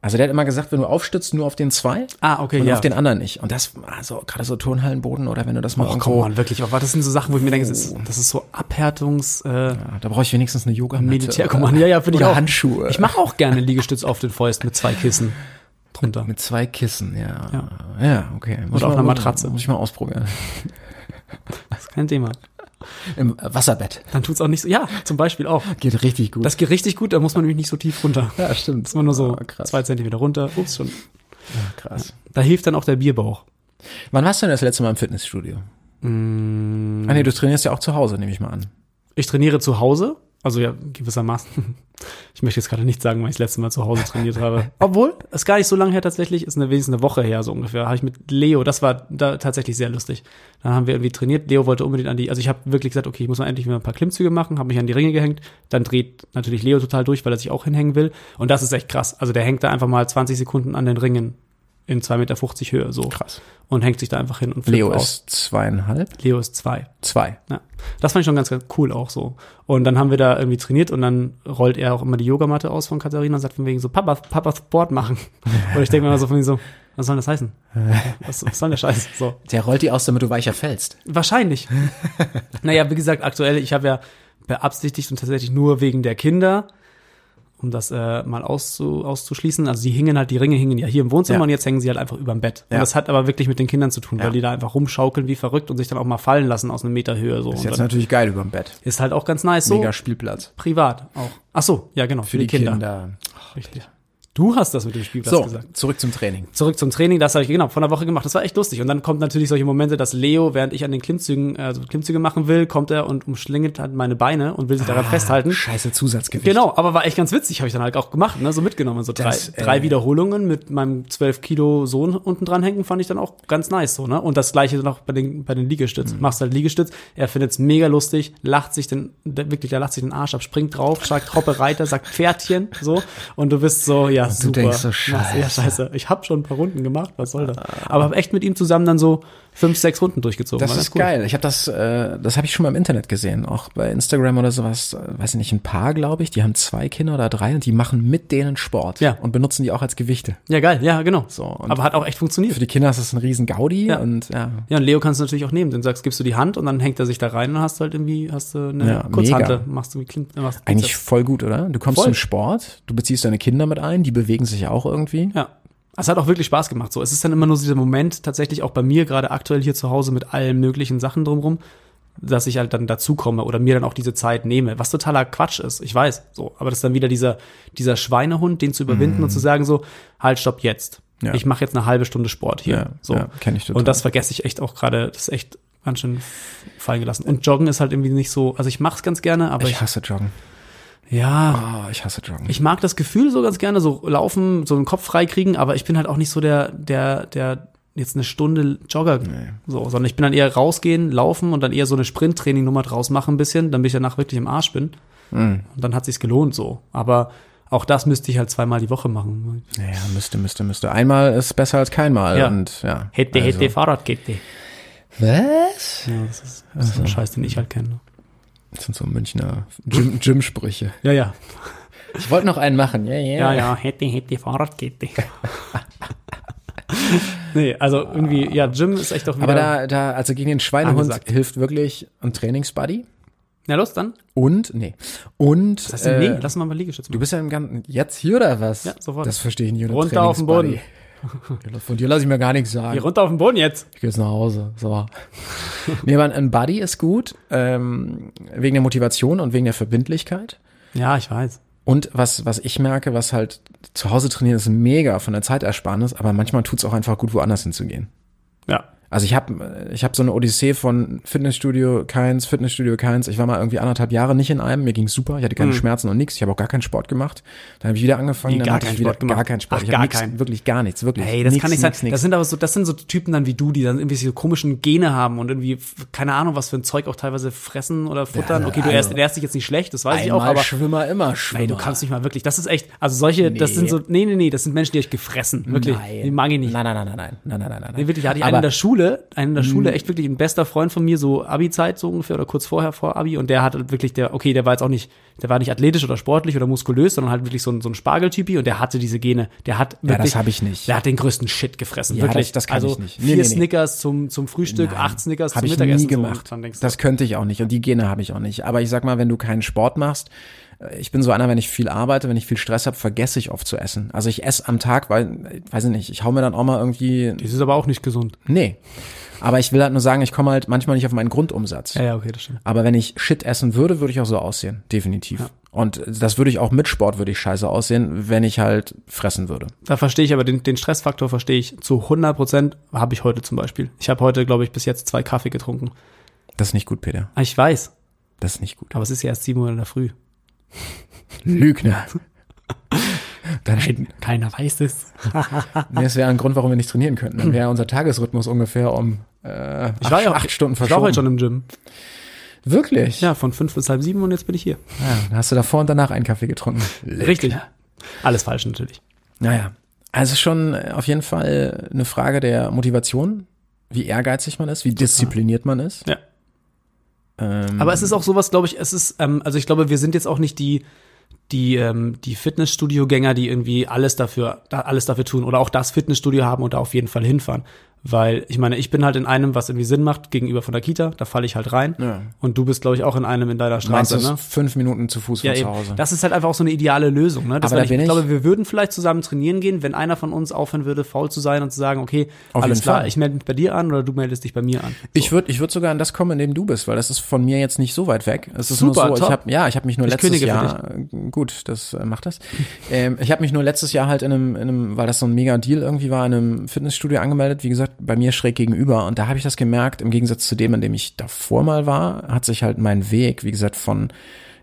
Speaker 3: Also der hat immer gesagt, wenn du aufstützt, nur auf den zwei
Speaker 2: Ah, okay,
Speaker 3: und
Speaker 2: ja.
Speaker 3: auf den anderen nicht. Und das, also gerade so Turnhallenboden oder wenn du das mal
Speaker 2: Oh,
Speaker 3: irgendwo
Speaker 2: come on, wirklich. Aber das sind so Sachen, wo ich mir denke, das ist, das ist so Abhärtungs, äh,
Speaker 3: Oh. Ja, Ah, da brauche ich wenigstens eine yoga
Speaker 2: Militärkommando. Ja, ja, finde ich
Speaker 3: oder
Speaker 2: auch.
Speaker 3: Handschuhe.
Speaker 2: Ich mache auch gerne Liegestütz auf den Fäusten mit zwei Kissen drunter.
Speaker 3: mit zwei Kissen, ja. Ja, okay. Muss
Speaker 2: Und
Speaker 3: ich
Speaker 2: auf
Speaker 3: mal-
Speaker 2: einer Matratze.
Speaker 3: Muss ich mal ausprobieren.
Speaker 2: Das ist kein Thema.
Speaker 3: Im äh, Wasserbett.
Speaker 2: Dann tut's auch nicht so. Ja, zum Beispiel auch.
Speaker 3: Geht richtig gut.
Speaker 2: Das geht richtig gut, da muss man nämlich nicht so tief runter.
Speaker 3: ja, stimmt.
Speaker 2: Ist man nur so
Speaker 3: Ah, krass.
Speaker 2: zwei Zentimeter runter. Ups, schon.
Speaker 3: krass.
Speaker 2: Da hilft dann auch der Bierbauch.
Speaker 3: Wann warst du denn das letzte Mal im Fitnessstudio?
Speaker 2: Mm.
Speaker 3: Ah nee, du trainierst ja auch zu Hause, nehme ich mal an.
Speaker 2: Ich trainiere zu Hause, also ja, gewissermaßen. Ich möchte jetzt gerade nicht sagen, weil ich das letzte Mal zu Hause trainiert habe. Obwohl, ist gar nicht so lange her tatsächlich, ist eine, wenigstens eine Woche her so ungefähr. Habe ich mit Leo, das war da tatsächlich sehr lustig. Dann haben wir irgendwie trainiert. Leo wollte unbedingt an die, also ich habe wirklich gesagt, okay, ich muss mal endlich wieder ein paar Klimmzüge machen, habe mich an die Ringe gehängt. Dann dreht natürlich Leo total durch, weil er sich auch hinhängen will. Und das ist echt krass. Also der hängt da einfach mal 20 Sekunden an den Ringen in 2,50 Meter Höhe so
Speaker 3: Krass.
Speaker 2: und hängt sich da einfach hin und flippt
Speaker 3: Leo
Speaker 2: aus.
Speaker 3: ist zweieinhalb?
Speaker 2: Leo ist zwei.
Speaker 3: Zwei.
Speaker 2: Ja. Das fand ich schon ganz, ganz cool auch so. Und dann haben wir da irgendwie trainiert und dann rollt er auch immer die Yogamatte aus von Katharina und sagt von wegen so, Papa, Papa Sport machen. Und ich denke mir immer so von wegen so, was soll das heißen? Was, was soll der Scheiß? So.
Speaker 3: Der rollt die aus, damit du weicher fällst.
Speaker 2: Wahrscheinlich. naja, wie gesagt, aktuell, ich habe ja beabsichtigt und tatsächlich nur wegen der Kinder, um das äh, mal auszu, auszuschließen. Also die hingen halt, die Ringe hingen ja hier im Wohnzimmer
Speaker 3: Ja.
Speaker 2: und jetzt hängen sie halt einfach überm Bett.
Speaker 3: Ja.
Speaker 2: Und das hat aber wirklich mit den Kindern zu tun,
Speaker 3: Ja.
Speaker 2: weil die da einfach rumschaukeln wie verrückt und sich dann auch mal fallen lassen aus einem Meter Höhe. So.
Speaker 3: Ist
Speaker 2: und
Speaker 3: jetzt
Speaker 2: dann,
Speaker 3: natürlich geil überm Bett.
Speaker 2: ist halt auch ganz nice so.
Speaker 3: Mega Spielplatz.
Speaker 2: Privat auch. Ach so, ja genau, für, die, Kinder. Richtig. Du hast das mit dem Spielplatz
Speaker 3: So,
Speaker 2: gesagt.
Speaker 3: zurück zum Training.
Speaker 2: Zurück zum Training, das habe ich genau vor einer Woche gemacht. Das war echt lustig. Und dann kommt natürlich solche Momente, dass Leo, während ich an den Klimmzügen, also Klimmzüge machen will, kommt er und umschlingelt halt meine Beine und will sich daran festhalten.
Speaker 3: Ah, Scheiße Zusatzgewicht.
Speaker 2: Genau, aber war echt ganz witzig, habe ich dann halt auch gemacht, ne? so mitgenommen. So drei,
Speaker 3: Das, äh,
Speaker 2: drei Wiederholungen mit meinem 12 Kilo Sohn unten dran hängen, fand ich dann auch ganz nice. so ne? Und das gleiche noch bei den, bei den Liegestütz.
Speaker 3: Mhm.
Speaker 2: Machst halt Liegestütz, er findet's mega lustig, lacht sich den, der, wirklich, der lacht sich den Arsch ab, springt drauf, sagt Hoppe Reiter, sagt Pferdchen, so. Und du bist so, ja, super.
Speaker 3: denkst so, Ah.
Speaker 2: Machst- Ja, scheiße, ich habe schon ein paar Runden gemacht, was soll das? Aber hab echt mit ihm zusammen dann so fünf, sechs Runden durchgezogen.
Speaker 3: Das
Speaker 2: war
Speaker 3: ist
Speaker 2: ganz cool.
Speaker 3: geil. Ich habe das, äh, das habe ich schon mal im Internet gesehen, auch bei Instagram oder sowas. äh, Weiß ich nicht, ein paar, glaube ich. Die haben zwei Kinder oder drei und die machen mit denen Sport
Speaker 2: Ja.
Speaker 3: und benutzen die auch als Gewichte.
Speaker 2: Ja, geil, ja, genau.
Speaker 3: So, und-
Speaker 2: aber hat auch echt funktioniert.
Speaker 3: Für die Kinder ist das ein riesen Gaudi
Speaker 2: Ja.
Speaker 3: und ja,
Speaker 2: Ja, und Leo kannst du natürlich auch nehmen. Dann sagst, gibst du die Hand und dann hängt er sich da rein und hast halt irgendwie, hast du eine
Speaker 3: Ja,
Speaker 2: Kurzhantel,
Speaker 3: mega.
Speaker 2: machst du wie Clint, äh, machst
Speaker 3: eigentlich voll gut, oder? Du kommst
Speaker 2: Voll.
Speaker 3: zum Sport, du beziehst deine Kinder mit ein, die bewegen sich auch irgendwie.
Speaker 2: Ja. Es hat auch wirklich Spaß gemacht. So, es ist dann immer nur so dieser Moment, tatsächlich auch bei mir gerade aktuell hier zu Hause mit allen möglichen Sachen drumrum, dass ich halt dann dazukomme oder mir dann auch diese Zeit nehme, was totaler Quatsch ist. Ich weiß, so. Aber das ist dann wieder dieser, dieser Schweinehund, den zu überwinden und zu sagen so, halt, stopp jetzt.
Speaker 3: Mhm. Ja.
Speaker 2: Ich mache jetzt eine halbe Stunde Sport hier.
Speaker 3: Ja,
Speaker 2: so.
Speaker 3: ja, kenn ich total.
Speaker 2: Und das vergesse ich echt auch gerade. Das ist echt ganz schön fallen gelassen. Und Joggen ist halt irgendwie nicht so, also ich mach's ganz gerne, aber ich,
Speaker 3: Ich hasse Joggen.
Speaker 2: ja,
Speaker 3: Oh, ich hasse Joggen.
Speaker 2: ich mag das Gefühl so ganz gerne, so laufen, so einen Kopf freikriegen, aber ich bin halt auch nicht so der, der, der jetzt eine Stunde Jogger, so, sondern ich bin dann eher rausgehen, laufen und dann eher so eine Sprinttraining-Nummer draus machen ein bisschen, damit ich danach wirklich im Arsch bin. Und dann hat sich's gelohnt so. Aber auch das müsste ich halt zweimal die Woche machen.
Speaker 3: Naja, müsste, müsste, müsste. Einmal ist besser als keinmal.
Speaker 2: Ja.
Speaker 3: Und ja.
Speaker 2: Hätte,
Speaker 3: also.
Speaker 2: hätte, Fahrradkette.
Speaker 3: Was?
Speaker 2: Ja, das ist, das ist so ein Scheiß, den ich halt kenne.
Speaker 3: Das sind so Münchner Gym- Gym-Sprüche.
Speaker 2: Ja, ja.
Speaker 3: ich wollte noch einen machen. Ja,
Speaker 2: Ja, ja, hätte, hätte, Fahrradkette. nee, also irgendwie, ja, Gym ist echt doch wieder.
Speaker 3: Aber da, da, also gegen den Schweinehund
Speaker 2: Angesagt.
Speaker 3: hilft wirklich ein Trainingsbuddy.
Speaker 2: Na los, dann.
Speaker 3: Und, nee. Und,
Speaker 2: Was heißt denn,
Speaker 3: äh,
Speaker 2: nee, lass mal mal Liegestütze
Speaker 3: du
Speaker 2: machen.
Speaker 3: bist ja im ganzen, jetzt hier oder was?
Speaker 2: Ja, sofort.
Speaker 3: Das verstehe ich nicht. unter
Speaker 2: Runter auf den Boden.
Speaker 3: Trainingsbuddy. Von dir lasse ich mir gar nichts sagen.
Speaker 2: Hier runter auf den Boden jetzt.
Speaker 3: Ich gehe jetzt nach Hause. So. nee, aber ein Buddy ist gut, ähm, wegen der Motivation und wegen der Verbindlichkeit.
Speaker 2: Ja, ich weiß.
Speaker 3: Und was, was ich merke, was halt zu Hause trainieren ist mega von der Zeitersparnis, aber manchmal tut's auch einfach gut, woanders hinzugehen.
Speaker 2: Ja.
Speaker 3: Also ich habe ich hab so eine Odyssee von Fitnessstudio keins, Fitnessstudio keins. Ich war mal irgendwie anderthalb Jahre nicht in einem, mir ging's super, ich hatte keine Schmerzen und nichts, ich habe auch gar keinen Sport gemacht. Dann habe ich wieder angefangen,
Speaker 2: Wie,
Speaker 3: dann
Speaker 2: Hm. gar
Speaker 3: hatte ich
Speaker 2: keinen
Speaker 3: wieder
Speaker 2: Sport gemacht?
Speaker 3: gar keinen Sport.
Speaker 2: Ach,
Speaker 3: ich hab
Speaker 2: gar
Speaker 3: nix,
Speaker 2: keinen.
Speaker 3: wirklich gar nichts, wirklich.
Speaker 2: Hey, das
Speaker 3: Nix,
Speaker 2: kann nicht sein.
Speaker 3: nix, nix.
Speaker 2: Das sind aber so, das sind so Typen dann wie du, die dann irgendwie so komischen Gene haben und irgendwie, f- keine Ahnung, was für ein Zeug auch teilweise fressen oder futtern.
Speaker 3: Ja,
Speaker 2: okay, du
Speaker 3: also-
Speaker 2: ernährst dich jetzt nicht schlecht, das weiß ich auch,
Speaker 3: Einmal
Speaker 2: aber.
Speaker 3: Schwimmer, immer Schwimmer.
Speaker 2: Ey, du kannst nicht mal wirklich. Das ist echt. Also solche, das
Speaker 3: Nee.
Speaker 2: sind so. Nee, nee, nee, das sind Menschen, die euch gefressen. Wirklich.
Speaker 3: Nein.
Speaker 2: Die mag ich nicht.
Speaker 3: Nein, nein, nein, nein, nein, nein, nein, nein, nein.
Speaker 2: Nee, wirklich, da hatte ich einen in der Schule,
Speaker 3: aber, Hm.
Speaker 2: einen in der Schule, echt wirklich ein bester Freund von mir, so Abi-Zeit so ungefähr oder kurz vorher vor Abi und der hatte wirklich, der, okay, der war jetzt auch nicht, der war nicht athletisch oder sportlich oder muskulös, sondern halt wirklich so ein, so ein Spargeltypi und der hatte diese Gene, der hat wirklich,
Speaker 3: das hab ich nicht.
Speaker 2: Der hat den größten Shit gefressen,
Speaker 3: Ja,
Speaker 2: wirklich.
Speaker 3: das- das kann
Speaker 2: also
Speaker 3: ich nicht. Nee,
Speaker 2: vier
Speaker 3: nee, nee.
Speaker 2: Snickers zum, zum Frühstück, acht Snickers
Speaker 3: Hab
Speaker 2: zum
Speaker 3: ich
Speaker 2: Mittagessen.
Speaker 3: nie
Speaker 2: so.
Speaker 3: gemacht.
Speaker 2: Dann denkst du,
Speaker 3: das könnte ich auch nicht und die Gene habe ich auch nicht. Aber ich sag mal, wenn du keinen Sport machst, äh, ich bin so einer, wenn ich viel arbeite, wenn ich viel Stress habe, vergesse ich oft zu essen. Also ich esse am Tag, weil, äh, weiß ich nicht, ich hau mir dann auch mal irgendwie,
Speaker 2: das ist aber auch nicht gesund.
Speaker 3: nee. Aber ich will halt nur sagen, ich komme halt manchmal nicht auf meinen Grundumsatz.
Speaker 2: ja, okay, das stimmt.
Speaker 3: Aber wenn ich Shit essen würde, würde ich auch so aussehen, definitiv. Und das würde ich auch mit Sport, würde ich scheiße aussehen, wenn ich halt fressen würde.
Speaker 2: Da verstehe ich aber den, den Stressfaktor verstehe ich zu 100 Prozent, habe ich heute zum Beispiel. Ich habe heute, glaube ich, bis jetzt zwei Kaffee getrunken.
Speaker 3: Das ist nicht gut, Peter.
Speaker 2: Ah, Ich weiß,
Speaker 3: Das ist nicht gut.
Speaker 2: aber es ist ja erst sieben Uhr in der Früh.
Speaker 3: Lügner. Dann steht,
Speaker 2: Keiner weiß es.
Speaker 3: nee, das wäre ein Grund, warum wir nicht trainieren könnten. Dann wäre unser Tagesrhythmus ungefähr um äh,
Speaker 2: Ich
Speaker 3: acht,
Speaker 2: war ja auch-
Speaker 3: acht Stunden
Speaker 2: Ich war
Speaker 3: verschoben.
Speaker 2: heute schon im Gym.
Speaker 3: Wirklich?
Speaker 2: Ja, von fünf bis halb sieben und jetzt bin ich hier.
Speaker 3: ja. Dann hast du davor und danach einen Kaffee getrunken.
Speaker 2: Richtig. Alles falsch natürlich.
Speaker 3: Naja. Also schon äh, auf jeden Fall eine Frage der Motivation, wie ehrgeizig man ist, wie diszipliniert man ist.
Speaker 2: Ja.
Speaker 3: Ähm,
Speaker 2: Aber es ist auch sowas, glaube ich, es ist, ähm, also ich glaube, wir sind jetzt auch nicht die, die, ähm, die Fitnessstudio-Gänger, die irgendwie alles dafür, da, alles dafür tun oder auch das Fitnessstudio haben und da auf jeden Fall hinfahren. Weil, ich meine, ich bin halt in einem, was irgendwie Sinn macht, gegenüber von der Kita, da falle ich halt rein.
Speaker 3: Ja.
Speaker 2: Und du bist, glaube ich, auch in einem in deiner
Speaker 3: meinst
Speaker 2: Straße,
Speaker 3: du es
Speaker 2: ne?
Speaker 3: fünf Minuten zu Fuß von
Speaker 2: Ja,
Speaker 3: zu
Speaker 2: eben.
Speaker 3: Hause?
Speaker 2: Das ist halt einfach auch so eine ideale Lösung. Ne? Das
Speaker 3: Aber da
Speaker 2: ich,
Speaker 3: bin ich-
Speaker 2: glaube, wir würden vielleicht zusammen trainieren gehen, wenn einer von uns aufhören würde, faul zu sein und zu sagen, okay,
Speaker 3: Auf
Speaker 2: alles
Speaker 3: jeden
Speaker 2: klar,
Speaker 3: Fall.
Speaker 2: ich melde mich bei dir an oder du meldest dich bei mir an. So.
Speaker 3: Ich würde ich würd sogar an das kommen, in dem du bist, weil das ist von mir jetzt nicht so weit weg. Es ist
Speaker 2: Super,
Speaker 3: nur so,
Speaker 2: top.
Speaker 3: ich hab, ja, ich habe mich nur
Speaker 2: Ich
Speaker 3: letztes
Speaker 2: kündige für
Speaker 3: Jahr, gut, das äh, macht das. ähm, ich habe mich nur letztes Jahr halt in einem, in einem, weil das so ein mega Deal irgendwie war, in einem Fitnessstudio angemeldet, wie gesagt, bei mir schräg gegenüber und da habe ich das gemerkt, im Gegensatz zu dem, in dem ich davor mal war, hat sich halt mein Weg, wie gesagt, von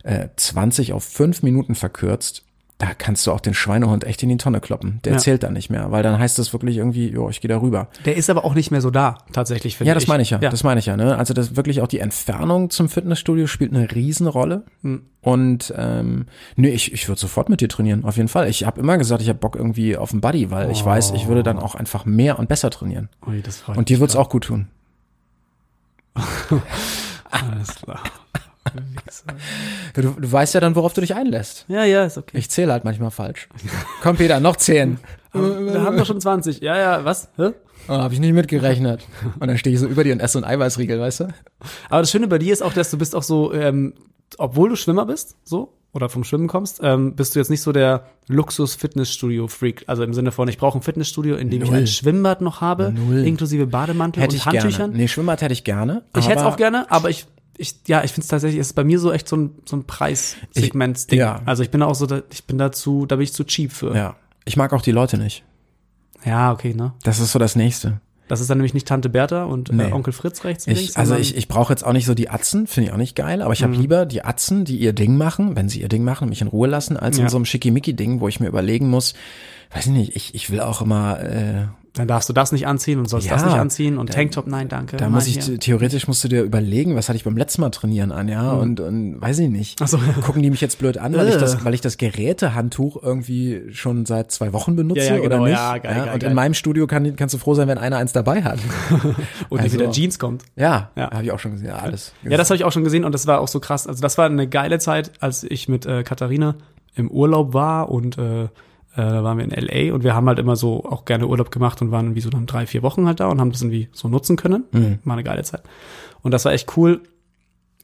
Speaker 3: äh, 20 auf 5 Minuten verkürzt. Da kannst du auch den Schweinehund echt in die Tonne kloppen. Der
Speaker 2: Ja.
Speaker 3: zählt da nicht mehr, weil dann heißt das wirklich irgendwie, jo, ich gehe da rüber.
Speaker 2: Der ist aber auch nicht mehr so da, tatsächlich, finde
Speaker 3: Ja, das meine ich ja.
Speaker 2: ja.
Speaker 3: Das meine ich ja. Ne? Also das wirklich auch die Entfernung zum Fitnessstudio spielt eine Riesenrolle.
Speaker 2: Hm.
Speaker 3: Und ähm, nee, ich, ich würde sofort mit dir trainieren, auf jeden Fall. Ich habe immer gesagt, ich habe Bock irgendwie auf den Buddy, weil ich weiß, ich würde
Speaker 2: Oh.
Speaker 3: dann auch einfach mehr und besser trainieren.
Speaker 2: Ui, das freut
Speaker 3: Und dir wird's auch gut tun.
Speaker 2: alles klar.
Speaker 3: Du, du weißt ja dann, worauf du dich einlässt.
Speaker 2: Ja, ja, ist okay.
Speaker 3: Ich zähle halt manchmal falsch. Komm, Peter, noch zehn.
Speaker 2: Wir haben doch schon 20. Ja, ja, was? Hä?
Speaker 3: Oh, habe ich nicht mitgerechnet. Und dann stehe ich so über dir und esse so einen Eiweißriegel, weißt du?
Speaker 2: Aber das Schöne bei dir ist auch, dass du bist auch so, ähm, obwohl du Schwimmer bist, so, oder vom Schwimmen kommst, ähm, bist du jetzt nicht so der Luxus-Fitnessstudio-Freak. Also im Sinne von, ich brauche ein Fitnessstudio, in dem ich
Speaker 3: Null.
Speaker 2: ein Schwimmbad noch habe,
Speaker 3: Null.
Speaker 2: inklusive Bademantel
Speaker 3: Hätte ich
Speaker 2: und Handtüchern.
Speaker 3: gerne. Nee, Schwimmbad hätte ich gerne.
Speaker 2: Ich hätte es
Speaker 3: aber-
Speaker 2: auch gerne, aber ich, ich ja, ich finde es tatsächlich, es ist bei mir so echt so ein, so ein Preissegments-Ding.
Speaker 3: Ich- ja.
Speaker 2: Also ich bin auch so, da, ich bin dazu, da bin ich zu cheap für.
Speaker 3: Ja. Ich mag auch die Leute nicht.
Speaker 2: ja okay, ne?
Speaker 3: Das ist so das Nächste.
Speaker 2: Das ist dann nämlich nicht Tante Bertha und
Speaker 3: Nee.
Speaker 2: äh, Onkel Fritz rechts und links.
Speaker 3: Ich, also
Speaker 2: sondern-
Speaker 3: ich, ich brauche jetzt auch nicht so die Atzen, finde ich auch nicht geil, aber ich
Speaker 2: Mhm.
Speaker 3: habe lieber die Atzen, die ihr Ding machen, wenn sie ihr Ding machen und mich in Ruhe lassen, als in
Speaker 2: Ja.
Speaker 3: so einem Schickimicki-Ding, wo ich mir überlegen muss, weiß ich nicht, ich, ich will auch immer, äh,
Speaker 2: Dann darfst du das nicht anziehen und sollst
Speaker 3: Ja,
Speaker 2: das nicht anziehen und Tanktop, nein, danke.
Speaker 3: da
Speaker 2: nein,
Speaker 3: muss ich,
Speaker 2: hier.
Speaker 3: theoretisch musst du dir überlegen, was hatte ich beim letzten Mal trainieren an, ja, und, und weiß ich nicht.
Speaker 2: Mhm. Ach so.
Speaker 3: Gucken die mich jetzt blöd an, weil ich
Speaker 2: Äh.
Speaker 3: das, weil ich das Gerätehandtuch irgendwie schon seit zwei Wochen benutze
Speaker 2: Ja, ja,
Speaker 3: oder
Speaker 2: genau,
Speaker 3: nicht.
Speaker 2: ja, geil, geil,
Speaker 3: und in
Speaker 2: geil.
Speaker 3: meinem Studio kann, kannst du froh sein, wenn einer eins dabei hat.
Speaker 2: Und
Speaker 3: also-
Speaker 2: also, wieder Jeans kommt.
Speaker 3: ja,
Speaker 2: Ja.
Speaker 3: habe ich auch schon gesehen, ja, alles.
Speaker 2: Ja, das habe ich auch schon gesehen und das war auch so krass. Also das war eine geile Zeit, als ich mit äh, Katharina im Urlaub war und äh, äh, da waren wir in LA und wir haben halt immer so auch gerne Urlaub gemacht und waren irgendwie so dann drei, vier Wochen halt da und haben das irgendwie so nutzen können.
Speaker 3: Mhm.
Speaker 2: War eine geile Zeit. Und das war echt cool.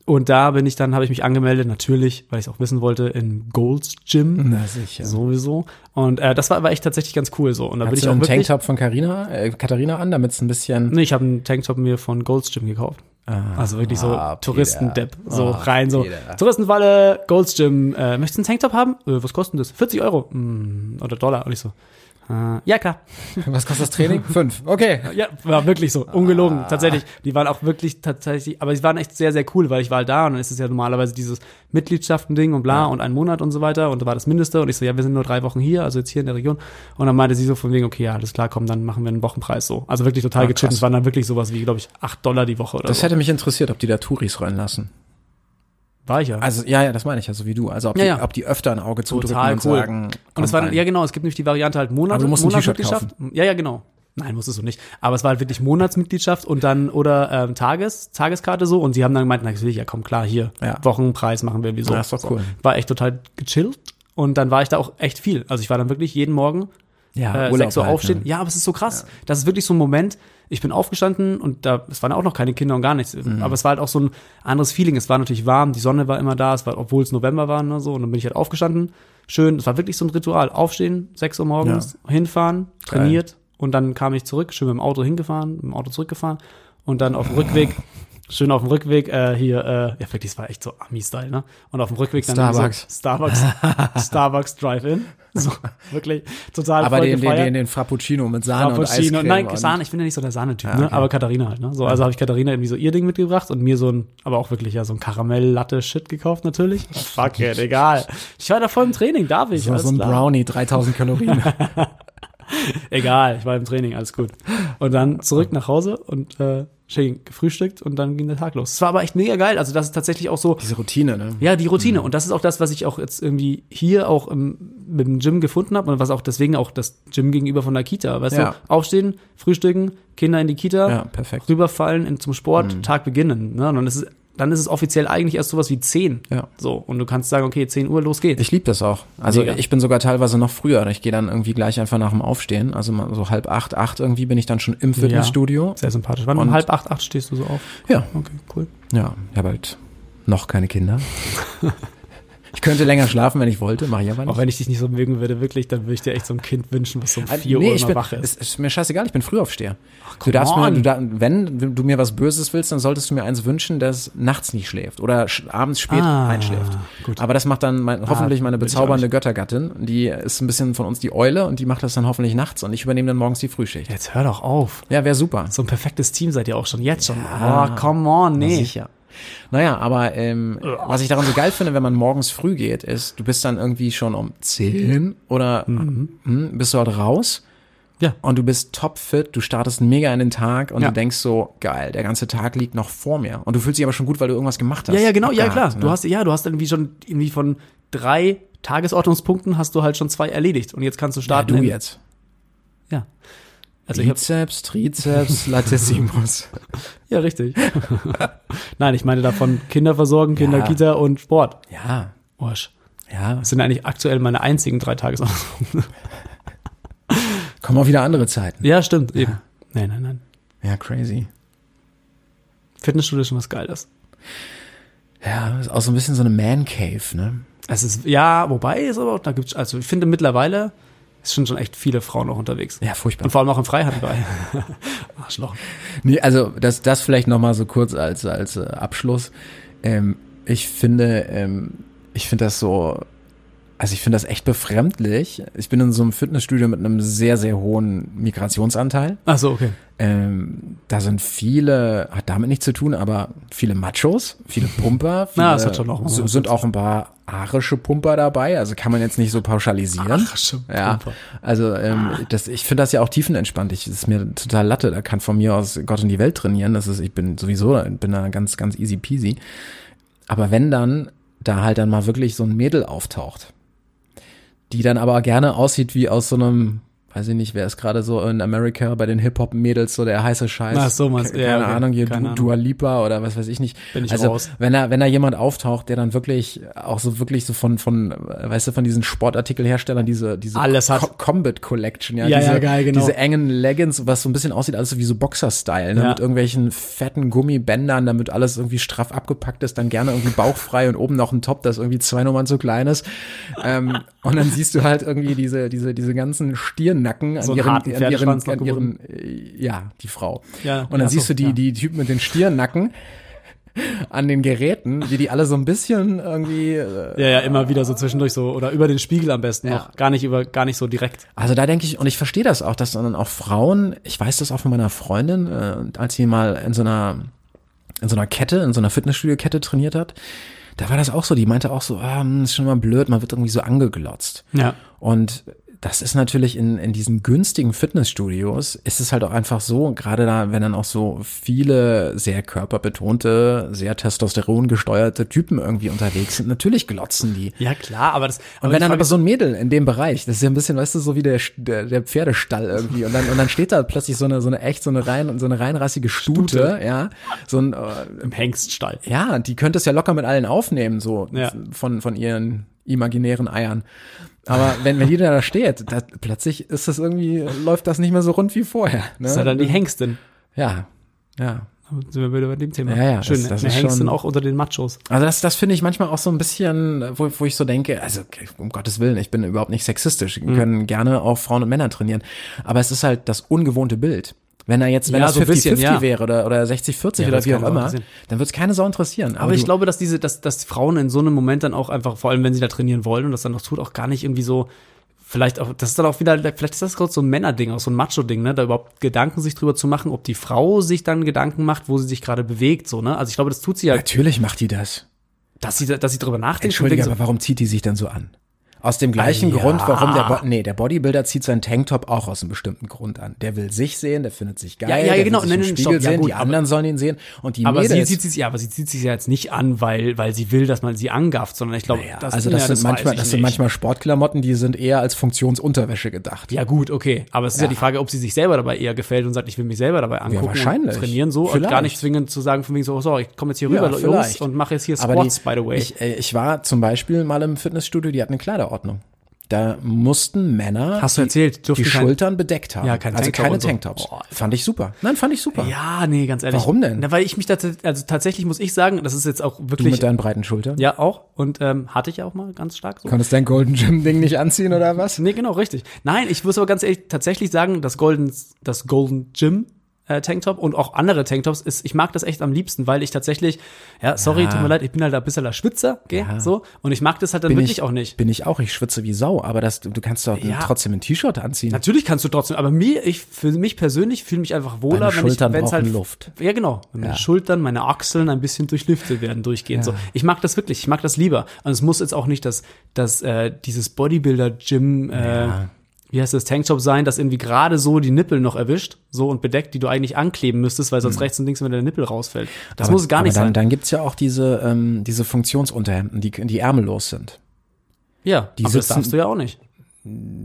Speaker 2: Und da bin ich dann, habe ich mich angemeldet, natürlich, weil ich es auch wissen wollte, in Gold's Gym.
Speaker 3: Na sicher.
Speaker 2: Sowieso. Und äh, das war aber echt tatsächlich ganz cool so. Und da bin
Speaker 3: Hast
Speaker 2: ich
Speaker 3: du
Speaker 2: auch
Speaker 3: einen
Speaker 2: wirklich.
Speaker 3: Tanktop von Carina, äh, Katharina an, damit es ein bisschen
Speaker 2: Nee, ich habe einen Tanktop mir von Gold's Gym gekauft. also wirklich so
Speaker 3: ah, Peter.
Speaker 2: Touristendepp. So
Speaker 3: Ah,
Speaker 2: rein, so
Speaker 3: Peter.
Speaker 2: Touristenfalle, Gold's Gym. Äh, möchtest du einen Tanktop haben? Äh, was kostet denn das? 40 Euro. Mm, oder Dollar. Und ich so. Äh, ja, klar.
Speaker 3: Was kostet das Training? Fünf. Okay.
Speaker 2: Ja, war wirklich so. Ungelogen,
Speaker 3: Ah.
Speaker 2: tatsächlich. Die waren auch wirklich tatsächlich, aber die waren echt sehr, sehr cool, weil ich war halt da und dann ist es ja normalerweise dieses Mitgliedschaften-Ding und bla und ein Monat und so weiter und da war das Mindeste und ich so, ja, wir sind nur drei Wochen hier, also jetzt hier in der Region. Und dann meinte sie so von wegen, okay, ja, alles klar, komm, dann machen wir einen Wochenpreis so. Also wirklich total
Speaker 3: Ah,
Speaker 2: gechillt.
Speaker 3: krass.
Speaker 2: Es waren dann wirklich sowas wie, glaube ich, acht Dollar die Woche oder
Speaker 3: Das
Speaker 2: so.
Speaker 3: hätte mich interessiert, ob die da Touris rollen lassen.
Speaker 2: War ich ja.
Speaker 3: Also, ja, ja, das meine ich ja, so wie du. Also, ob,
Speaker 2: Ja,
Speaker 3: die,
Speaker 2: ja.
Speaker 3: ob die öfter ein Auge zudrücken
Speaker 2: Total
Speaker 3: und
Speaker 2: cool.
Speaker 3: sagen.
Speaker 2: Und
Speaker 3: komm
Speaker 2: es war dann,
Speaker 3: rein.
Speaker 2: ja genau, es gibt nämlich die Variante halt Monat,
Speaker 3: Aber du musst ein T-Shirt
Speaker 2: Monatsmitgliedschaft. Ja, ja, genau. Nein, musstest du nicht. Aber es war halt wirklich Monatsmitgliedschaft und dann oder ähm, Tages, Tageskarte so. Und sie haben dann gemeint, natürlich, ja komm, klar, hier,
Speaker 3: Ja.
Speaker 2: Wochenpreis machen wir irgendwie so.
Speaker 3: Ja, ist doch
Speaker 2: so.
Speaker 3: cool.
Speaker 2: War echt total gechillt. Und dann war ich da auch echt viel. Also ich war dann wirklich jeden Morgen
Speaker 3: ja,
Speaker 2: äh,
Speaker 3: Urlaub
Speaker 2: 6 Uhr
Speaker 3: halt,
Speaker 2: aufstehen.
Speaker 3: ne?
Speaker 2: Ja, aber es ist so krass. Das ist wirklich so ein Moment. Ich bin aufgestanden und da, es waren auch noch keine Kinder und gar nichts.
Speaker 3: Mhm.
Speaker 2: Aber es war halt auch so ein anderes Feeling. Es war natürlich warm, die Sonne war immer da, es war, obwohl es November war, ne, so. Und dann bin ich halt aufgestanden. Schön. Es war wirklich so ein Ritual. Aufstehen, 6 Uhr morgens, hinfahren, trainiert. Und dann kam ich zurück, schön mit dem Auto hingefahren, mit dem Auto zurückgefahren. Und dann auf dem Rückweg, schön auf dem Rückweg, äh, hier, äh, ja, wirklich, es war echt so Ami-Style, ne? Und auf dem Rückweg dann
Speaker 3: Starbucks.
Speaker 2: So Starbucks, Starbucks Drive-In. So, wirklich, total
Speaker 3: Aber
Speaker 2: voll
Speaker 3: den, den,
Speaker 2: gefeiert.
Speaker 3: den, den Frappuccino mit Sahne
Speaker 2: Frappuccino.
Speaker 3: und Eiscreme.
Speaker 2: Nein,
Speaker 3: und- Ah,
Speaker 2: Sahne, ich bin ja nicht so der Sahnetyp, ne? aber Katharina halt. Ne? So, also habe ich Katharina irgendwie so ihr Ding mitgebracht und mir so ein, aber auch wirklich ja so ein Karamell-Latte-Shit gekauft natürlich. Fuck it, egal. Ich war da voll im Training, darf ich,
Speaker 3: So,
Speaker 2: alles
Speaker 3: so ein
Speaker 2: klar.
Speaker 3: Brownie, 3000 Kalorien.
Speaker 2: Egal, ich war im Training, alles gut. Und dann zurück nach Hause und äh, schön gefrühstückt und dann ging der Tag los. Es war aber echt mega geil, also das ist tatsächlich auch so,
Speaker 3: Diese Routine, ne?
Speaker 2: ja, die Routine. Und das ist auch das, was ich auch jetzt irgendwie hier auch im, mit dem Gym gefunden habe und was auch deswegen auch das Gym gegenüber von der Kita. Weißt
Speaker 3: Ja.
Speaker 2: du, aufstehen, frühstücken, Kinder in die Kita,
Speaker 3: Ja, perfekt. Mhm.
Speaker 2: rüberfallen in, zum Sport, Tag beginnen. Ne? Und dann ist, es, dann ist es offiziell eigentlich erst sowas wie 10.
Speaker 3: Ja.
Speaker 2: So. Und du kannst sagen, okay, 10 Uhr, los geht's.
Speaker 3: Ich liebe das auch. Also
Speaker 2: Mega.
Speaker 3: ich bin sogar teilweise noch früher. Ich gehe dann irgendwie gleich einfach nach dem Aufstehen. Also mal so halb acht, acht irgendwie bin ich dann schon im Fitnessstudio.
Speaker 2: Sehr sympathisch. Wann um
Speaker 3: Und-
Speaker 2: halb acht, acht stehst du so auf?
Speaker 3: Ja,
Speaker 2: Okay, cool.
Speaker 3: ja. Ich habe halt noch keine Kinder. ich könnte länger schlafen, wenn ich wollte, mache ich aber nicht.
Speaker 2: Auch wenn ich dich nicht so mögen würde, wirklich, dann würde ich dir echt so ein Kind wünschen, was so um
Speaker 3: Ah,
Speaker 2: 4 Uhr
Speaker 3: ich
Speaker 2: immer
Speaker 3: bin,
Speaker 2: wach ist.
Speaker 3: Es ist mir scheißegal, ich bin Frühaufsteher. du
Speaker 2: come
Speaker 3: darfst mir,
Speaker 2: on.
Speaker 3: du da, wenn du mir was Böses willst, dann solltest du mir eins wünschen, das nachts nicht schläft oder sch abends spät
Speaker 2: Ah,
Speaker 3: einschläft.
Speaker 2: gut.
Speaker 3: Aber das macht dann mein, hoffentlich
Speaker 2: Ah,
Speaker 3: meine
Speaker 2: will ich auch
Speaker 3: bezaubernde Göttergattin. Die ist ein bisschen von uns die Eule und die macht das dann hoffentlich nachts und ich übernehme dann morgens die Frühschicht.
Speaker 2: Jetzt hör doch auf.
Speaker 3: Ja, wäre super.
Speaker 2: So ein perfektes Team seid ihr auch schon jetzt schon. oh, come on, nee.
Speaker 3: Sicher. Naja, aber ähm, was ich daran so geil finde, wenn man morgens früh geht, ist, du bist dann irgendwie schon um 10 oder hm, bist du halt raus.
Speaker 2: Mhm. Ja.
Speaker 3: Und du bist topfit, du startest mega in den Tag und
Speaker 2: Ja.
Speaker 3: du denkst so, geil, der ganze Tag liegt noch vor mir. Und du fühlst dich aber schon gut, weil du irgendwas gemacht hast.
Speaker 2: Ja, ja, genau, ja
Speaker 3: Abgehakt,
Speaker 2: klar.
Speaker 3: ne?
Speaker 2: Du hast ja, du hast irgendwie schon irgendwie von drei Tagesordnungspunkten hast du halt schon zwei erledigt und jetzt kannst du
Speaker 3: ja,
Speaker 2: starten.
Speaker 3: du
Speaker 2: in-
Speaker 3: jetzt.
Speaker 2: Ja. Also ich hab,
Speaker 3: Bizeps, Trizeps, Latissimus.
Speaker 2: ja richtig. Nein, ich meine davon Kinder versorgen, Kinder
Speaker 3: Ja.
Speaker 2: Kita und Sport.
Speaker 3: ja,
Speaker 2: Wasch.
Speaker 3: ja.
Speaker 2: Das sind eigentlich aktuell meine einzigen drei Tagesordnungspunkte.
Speaker 3: Kommen auch wieder andere Zeiten.
Speaker 2: ja, stimmt, eben. Nein, nein, nein.
Speaker 3: Ja, crazy.
Speaker 2: Fitnessstudio ist schon was Geiles.
Speaker 3: Ja, ist auch so ein bisschen so eine Man Cave, ne?
Speaker 2: Es ist ja, wobei es aber auch, da gibt's also ich finde mittlerweile es sind schon echt viele Frauen auch unterwegs.
Speaker 3: Ja, furchtbar.
Speaker 2: Und vor allem auch im Freihandball. Arschloch.
Speaker 3: Nee, also das, das vielleicht nochmal so kurz als, als äh, Abschluss. Ähm, ich finde, ähm, ich finde das so, Also ich finde das echt befremdlich. Ich bin in so einem Fitnessstudio mit einem sehr, sehr hohen Migrationsanteil.
Speaker 2: Ach so, okay.
Speaker 3: Ähm, da sind viele, hat damit nichts zu tun, aber viele Machos, viele Pumper, viele,
Speaker 2: Na, das hat schon auch mal
Speaker 3: so-
Speaker 2: was
Speaker 3: sind auch ein paar arische Pumper dabei, also kann man jetzt nicht so pauschalisieren.
Speaker 2: Arische
Speaker 3: Ja,
Speaker 2: Pumper.
Speaker 3: also ähm, das, ich finde das ja auch tiefenentspannt. Ich, das ist mir total Latte, da kann von mir aus Gott in die Welt trainieren. Das ist, ich bin sowieso, bin da ganz, ganz easy peasy. Aber wenn dann da halt dann mal wirklich so ein Mädel auftaucht, die dann aber gerne aussieht wie aus so einem, weiß ich nicht, wer ist gerade so in Amerika bei den Hip-Hop-Mädels so der heiße Scheiß.
Speaker 2: Ach so, meinst-
Speaker 3: Ke-
Speaker 2: ja,
Speaker 3: Keine
Speaker 2: okay.
Speaker 3: Ahnung, hier
Speaker 2: Keine
Speaker 3: du,
Speaker 2: Ahnung.
Speaker 3: Dua Lipa oder was weiß ich nicht.
Speaker 2: Bin ich
Speaker 3: also,
Speaker 2: raus.
Speaker 3: wenn da, wenn da jemand auftaucht, der dann wirklich auch so wirklich so von, von, äh, weißt du, von diesen Sportartikelherstellern diese, diese
Speaker 2: Alles hat-
Speaker 3: Co- Combat Collection, ja,
Speaker 2: Ja,
Speaker 3: diese,
Speaker 2: ja, geil, genau.
Speaker 3: diese engen Leggings, was so ein bisschen aussieht, alles so wie so Boxer-Style, ne?
Speaker 2: Ja.
Speaker 3: mit irgendwelchen fetten Gummibändern, damit alles irgendwie straff abgepackt ist, dann gerne irgendwie bauchfrei und oben noch ein Top, das irgendwie zwei Nummern zu klein ist. Ähm, und dann siehst du halt irgendwie diese, diese, diese ganzen Stirnacken an
Speaker 2: So einen
Speaker 3: ihren,
Speaker 2: harten
Speaker 3: an ihren,
Speaker 2: Pferdeschwanz noch
Speaker 3: an ihren äh, ja, die Frau.
Speaker 2: Ja,
Speaker 3: und dann
Speaker 2: ja,
Speaker 3: siehst
Speaker 2: so,
Speaker 3: du die,
Speaker 2: ja.
Speaker 3: die Typen mit den Stirnacken an den Geräten, wie die alle so ein bisschen irgendwie äh,
Speaker 2: Ja, ja, immer wieder so zwischendurch so oder über den Spiegel am besten noch. Gar nicht über, gar nicht so direkt.
Speaker 3: Also da denke ich, und ich verstehe das auch, dass dann auch Frauen, ich weiß das auch von meiner Freundin, äh, als sie mal in so einer, in so einer Kette, in so einer Fitnessstudio-Kette trainiert hat, da war das auch so, die meinte auch so, ah, hm, ist schon mal blöd, man wird irgendwie so angeglotzt.
Speaker 2: Ja.
Speaker 3: Und das ist natürlich in, in diesen günstigen Fitnessstudios, ist es halt auch einfach so, gerade da, wenn dann auch so viele sehr körperbetonte, sehr testosteron gesteuerte Typen irgendwie unterwegs sind, natürlich glotzen die.
Speaker 2: Ja, klar, aber das.
Speaker 3: Und
Speaker 2: aber
Speaker 3: wenn
Speaker 2: die
Speaker 3: dann
Speaker 2: Frage
Speaker 3: aber so ein Mädel in dem Bereich, das ist ja ein bisschen, weißt du, so wie der, der, der Pferdestall irgendwie. Und dann, und dann steht da plötzlich so eine, so eine echt, so eine rein, so eine reinrassige Stute,
Speaker 2: Stute.
Speaker 3: ja. So ein, äh,
Speaker 2: ist im Hengststall.
Speaker 3: ja, die könnte es ja locker mit allen aufnehmen, so
Speaker 2: Ja.
Speaker 3: von, von ihren imaginären Eiern. Aber wenn, wenn jeder da steht, da, plötzlich ist das irgendwie, läuft das nicht mehr so rund wie vorher. Ne?
Speaker 2: Das ist ja dann die Hengstin.
Speaker 3: ja, ja.
Speaker 2: Sind wir wieder bei dem Thema.
Speaker 3: Ja, ja,
Speaker 2: Schön,
Speaker 3: das- das
Speaker 2: eine
Speaker 3: ist
Speaker 2: Hengstin
Speaker 3: schon-
Speaker 2: auch unter den Machos.
Speaker 3: Also das, das finde ich manchmal auch so ein bisschen, äh, wo, wo ich so denke, also okay, um Gottes Willen, ich bin überhaupt nicht sexistisch.
Speaker 2: Mhm.
Speaker 3: Wir können gerne auch Frauen und Männer trainieren. Aber es ist halt das ungewohnte Bild. Wenn er jetzt, wenn
Speaker 2: Ja,
Speaker 3: das
Speaker 2: so ein
Speaker 3: 50-50
Speaker 2: bisschen, ja.
Speaker 3: wäre oder, oder 60-40
Speaker 2: Ja,
Speaker 3: oder
Speaker 2: das
Speaker 3: wie
Speaker 2: kann
Speaker 3: auch
Speaker 2: man auch
Speaker 3: immer,
Speaker 2: sehen.
Speaker 3: dann wird es keine Sau interessieren.
Speaker 2: Aber ich
Speaker 3: du-
Speaker 2: glaube, dass diese, dass, dass Frauen in so einem Moment dann auch einfach, vor allem wenn sie da trainieren wollen und das dann noch tut, auch gar nicht irgendwie so, vielleicht auch, das ist dann auch wieder, vielleicht ist das gerade so ein Männerding, auch so ein Macho-Ding, ne, da überhaupt Gedanken sich drüber zu machen, ob die Frau sich dann Gedanken macht, wo sie sich gerade bewegt, so, ne. Also ich glaube, das tut sie ja,
Speaker 3: Natürlich macht die das.
Speaker 2: dass sie, dass sie drüber nachdenkt. und
Speaker 3: Entschuldige,
Speaker 2: denkt so,
Speaker 3: aber warum zieht die sich dann so an? Aus dem gleichen
Speaker 2: Ah, ja.
Speaker 3: Grund, warum der, Bo nee, der Bodybuilder zieht seinen Tanktop auch aus einem bestimmten Grund an. Der will sich sehen, der findet sich geil,
Speaker 2: Ja, ja,
Speaker 3: der
Speaker 2: genau.
Speaker 3: will sich
Speaker 2: Nein,
Speaker 3: im
Speaker 2: nein,
Speaker 3: Spiegel
Speaker 2: stopp. Ja,
Speaker 3: sehen,
Speaker 2: gut,
Speaker 3: die
Speaker 2: aber-
Speaker 3: anderen sollen ihn sehen und die
Speaker 2: aber sie
Speaker 3: Mädels,
Speaker 2: zieht sich ja, aber sie zieht sich ja jetzt nicht an, weil, weil sie will, dass man sie angafft, sondern ich glaube,
Speaker 3: Ja,
Speaker 2: das,
Speaker 3: also das
Speaker 2: ja,
Speaker 3: sind
Speaker 2: weiß
Speaker 3: manchmal,
Speaker 2: ich
Speaker 3: das sind
Speaker 2: nicht.
Speaker 3: manchmal Sportklamotten, die sind eher als Funktionsunterwäsche gedacht.
Speaker 2: Ja, gut, okay. Aber es ist ja. die Frage, ob sie sich selber dabei eher gefällt und sagt, ich will mich selber dabei angucken.
Speaker 3: wahrscheinlich.
Speaker 2: Und trainieren so und gar
Speaker 3: Vielleicht.
Speaker 2: nicht zwingend zu sagen, von wegen so, oh, so, ich komme jetzt hier rüber, Jungs, und mache jetzt hier
Speaker 3: Aber
Speaker 2: Squats,
Speaker 3: die,
Speaker 2: by the way.
Speaker 3: Ich, äh, ich war zum Beispiel mal im Fitnessstudio, die hatten eine Kleiderordnung. Da mussten Männer
Speaker 2: Hast du
Speaker 3: die,
Speaker 2: erzählt, durften
Speaker 3: die
Speaker 2: kein-
Speaker 3: Schultern bedeckt haben.
Speaker 2: Ja, kein
Speaker 3: also
Speaker 2: Tanktop
Speaker 3: keine
Speaker 2: und so.
Speaker 3: Tanktops.
Speaker 2: Boah.
Speaker 3: Fand ich super. Nein, fand ich super.
Speaker 2: ja, nee, ganz ehrlich.
Speaker 3: Warum denn?
Speaker 2: Na, weil ich mich dazu, also tatsächlich muss ich sagen, das ist jetzt auch
Speaker 3: Du
Speaker 2: wirklich,
Speaker 3: mit deinen breiten Schultern?
Speaker 2: ja, auch. Und ähm, hatte ich ja auch mal ganz stark so.
Speaker 3: Konntest dein Golden Gym Ding nicht anziehen oder was?
Speaker 2: Nee, genau, richtig. Nein, ich muss aber ganz ehrlich tatsächlich sagen, das Golden, das Golden Gym äh, Tanktop und auch andere Tanktops ist, ich mag das echt am liebsten, weil ich tatsächlich, ja, sorry, tut mir leid, ich bin halt ein bisschen der Schwitzer, gell, so. Und ich mag das halt dann wirklich auch nicht.
Speaker 3: Bin ich auch, ich schwitze wie Sau, aber das, du kannst doch
Speaker 2: Ja.
Speaker 3: trotzdem ein T-Shirt anziehen.
Speaker 2: Natürlich kannst du trotzdem, aber mir, ich, für mich persönlich fühle mich einfach wohler,
Speaker 3: Deine
Speaker 2: wenn ich,
Speaker 3: Schultern
Speaker 2: wenn es
Speaker 3: brauchen
Speaker 2: halt,
Speaker 3: Luft.
Speaker 2: ja genau, wenn meine Schultern, meine Achseln ein bisschen durchlüftet werden, durchgehen, so. Ich mag das wirklich, ich mag das lieber. Und es muss jetzt auch nicht das, das, äh, dieses Bodybuilder-Gym, äh, wie heißt das, Tanktop sein, das irgendwie gerade so die Nippel noch erwischt, so und bedeckt, die du eigentlich ankleben müsstest, weil sonst rechts und links immer der Nippel rausfällt. Das muss es gar
Speaker 3: Hm. aber
Speaker 2: nicht
Speaker 3: dann,
Speaker 2: sein.
Speaker 3: Dann gibt's ja auch diese, ähm, diese Funktionsunterhemden, die, die ärmellos sind.
Speaker 2: ja,
Speaker 3: die
Speaker 2: aber das
Speaker 3: sitzen-
Speaker 2: darfst du ja auch nicht.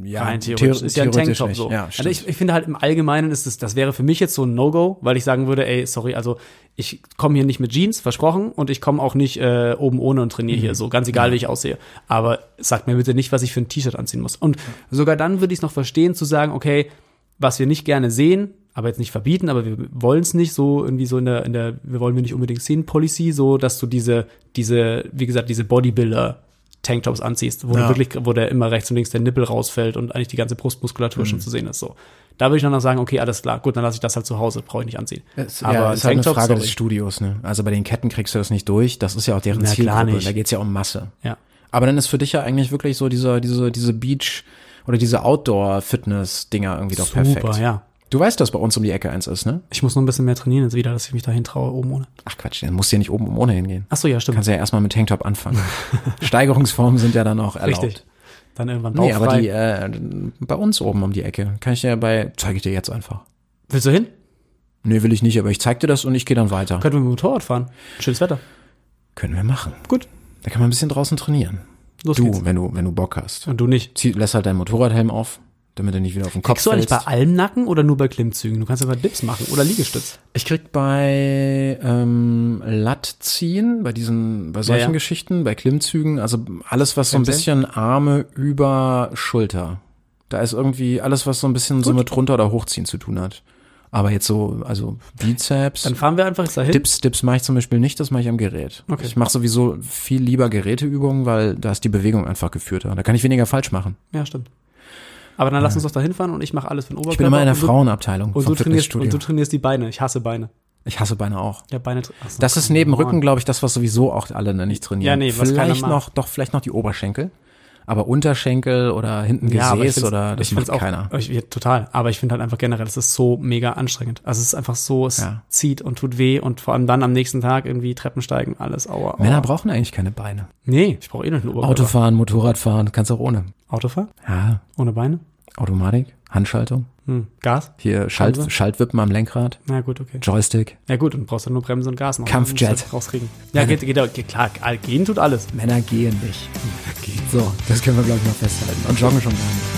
Speaker 3: Ja,
Speaker 2: Rein theoretisch. Ist ja ein Tanktop so.
Speaker 3: Ja,
Speaker 2: also ich, ich finde halt im Allgemeinen ist es, das wäre für mich jetzt so ein No-Go, weil ich sagen würde, ey, sorry, also ich komme hier nicht mit Jeans, versprochen, und ich komme auch nicht äh, oben ohne und trainiere
Speaker 3: Mhm.
Speaker 2: hier so, ganz egal wie ich aussehe. Aber sagt mir bitte nicht, was ich für ein T-Shirt anziehen muss. Und sogar dann würde ich es noch verstehen, zu sagen, okay, was wir nicht gerne sehen, aber jetzt nicht verbieten, aber wir wollen es nicht so irgendwie so in der, in der, wir wollen wir nicht unbedingt sehen, Policy, so, dass du diese, diese, wie gesagt, diese Bodybuilder Tanktops anziehst, wo
Speaker 3: Ja.
Speaker 2: du wirklich, wo der immer rechts und links der Nippel rausfällt und eigentlich die ganze Brustmuskulatur
Speaker 3: Mhm.
Speaker 2: schon zu sehen ist, so. Da würde ich dann noch sagen, okay, alles klar, gut, dann lasse ich das halt zu Hause, brauche ich nicht anziehen.
Speaker 3: es, aber ja,
Speaker 2: ein
Speaker 3: es ist halt eine
Speaker 2: Tanktop,
Speaker 3: Frage
Speaker 2: sorry.
Speaker 3: des Studios, ne? Also bei den Ketten kriegst du das nicht durch. Das ist ja auch deren
Speaker 2: Na, klar
Speaker 3: Zielgruppe.
Speaker 2: nicht.
Speaker 3: Da geht's ja um Masse.
Speaker 2: Ja.
Speaker 3: Aber dann ist für dich ja eigentlich wirklich so dieser, diese, diese Beach- oder diese Outdoor-Fitness-Dinger irgendwie doch
Speaker 2: Super,
Speaker 3: perfekt.
Speaker 2: ja.
Speaker 3: Du weißt, dass bei uns um die Ecke eins ist, ne?
Speaker 2: Ich muss nur ein bisschen mehr trainieren jetzt wieder, dass ich mich dahin traue, oben ohne.
Speaker 3: Ach Quatsch, dann musst du ja nicht oben um ohne hingehen.
Speaker 2: Achso, ja, stimmt.
Speaker 3: Kannst ja erstmal mit Tanktop anfangen. Steigerungsformen sind ja dann auch erlaubt.
Speaker 2: Richtig. Dann irgendwann
Speaker 3: Nee,
Speaker 2: bauchfrei.
Speaker 3: aber die äh, bei uns oben um die Ecke. Kann ich dir bei, zeige ich dir jetzt einfach.
Speaker 2: Willst du hin?
Speaker 3: Nee, will ich nicht, aber ich zeig dir das und ich gehe dann weiter.
Speaker 2: Könnten wir mit dem Motorrad fahren. Schönes Wetter.
Speaker 3: Können wir machen.
Speaker 2: Gut,
Speaker 3: Da kann man ein bisschen draußen trainieren.
Speaker 2: los
Speaker 3: Du,
Speaker 2: geht's.
Speaker 3: wenn du, wenn du Bock hast.
Speaker 2: Und du nicht.
Speaker 3: Zieh, lässt halt deinen Motorradhelm auf, damit er nicht wieder auf den Kopf
Speaker 2: Kriegst du eigentlich
Speaker 3: fällst.
Speaker 2: bei allem Nacken oder nur bei Klimmzügen? Du kannst aber Dips machen oder Liegestütz.
Speaker 3: Ich krieg bei ähm, Lattziehen, bei diesen, bei solchen
Speaker 2: ja.
Speaker 3: Geschichten, bei Klimmzügen, also alles, was so ein bisschen Arme über Schulter. Da ist irgendwie alles, was so ein bisschen so mit runter oder hochziehen zu tun hat. Aber jetzt so, also Bizeps,
Speaker 2: Dann fahren wir einfach dahin.
Speaker 3: Dips, Dips mache ich zum Beispiel nicht, das mache ich am Gerät.
Speaker 2: Okay.
Speaker 3: Ich mache sowieso viel lieber Geräteübungen, weil da ist die Bewegung einfach geführter. Da kann ich weniger falsch machen.
Speaker 2: Ja, stimmt. Aber dann lass uns doch dahin fahren und ich mache alles für den Oberkörper.
Speaker 3: Ich bin immer in der
Speaker 2: und du-
Speaker 3: Frauenabteilung
Speaker 2: Und
Speaker 3: vom
Speaker 2: du, trainierst,
Speaker 3: Fitnessstudio.
Speaker 2: und du trainierst die Beine. Ich hasse Beine.
Speaker 3: ich hasse Beine auch.
Speaker 2: Ja, Beine. tra- Ach so,
Speaker 3: Das ist
Speaker 2: come
Speaker 3: neben
Speaker 2: on.
Speaker 3: Rücken, glaube ich, das, was sowieso auch alle ne, nicht trainieren.
Speaker 2: Ja, nee, was keiner
Speaker 3: vielleicht
Speaker 2: mag.
Speaker 3: noch, doch, vielleicht noch die Oberschenkel. Aber Unterschenkel oder hinten
Speaker 2: Ja, aber ich
Speaker 3: Gesäß
Speaker 2: find's-
Speaker 3: oder das
Speaker 2: ich find's
Speaker 3: macht
Speaker 2: auch, äh,
Speaker 3: keiner.
Speaker 2: Ich, ja, total. Aber ich finde halt einfach generell, das ist so mega anstrengend. Also es ist einfach so, es
Speaker 3: Ja.
Speaker 2: zieht und tut weh und vor allem dann am nächsten Tag irgendwie Treppen steigen, alles. Aua, aua.
Speaker 3: Männer brauchen eigentlich keine Beine.
Speaker 2: Nee, ich brauche eh noch einen Oberkörper.
Speaker 3: Autofahren, Motorradfahren, kannst auch ohne.
Speaker 2: Autofahren?
Speaker 3: Ja,
Speaker 2: Ohne Beine?
Speaker 3: Automatik, Handschaltung,
Speaker 2: Hm. Gas?
Speaker 3: hier Schalt,
Speaker 2: Also?
Speaker 3: Schaltwippen am Lenkrad,
Speaker 2: Na gut, okay.
Speaker 3: Joystick.
Speaker 2: Ja gut, und brauchst dann nur Bremse und Gas noch.
Speaker 3: Kampfjet.
Speaker 2: Musst du Rauskriegen. Ja, geht, geht, geht, klar, gehen tut alles.
Speaker 3: Männer gehen nicht. So, das können wir, glaube ich, mal festhalten. Und joggen schon gar nicht.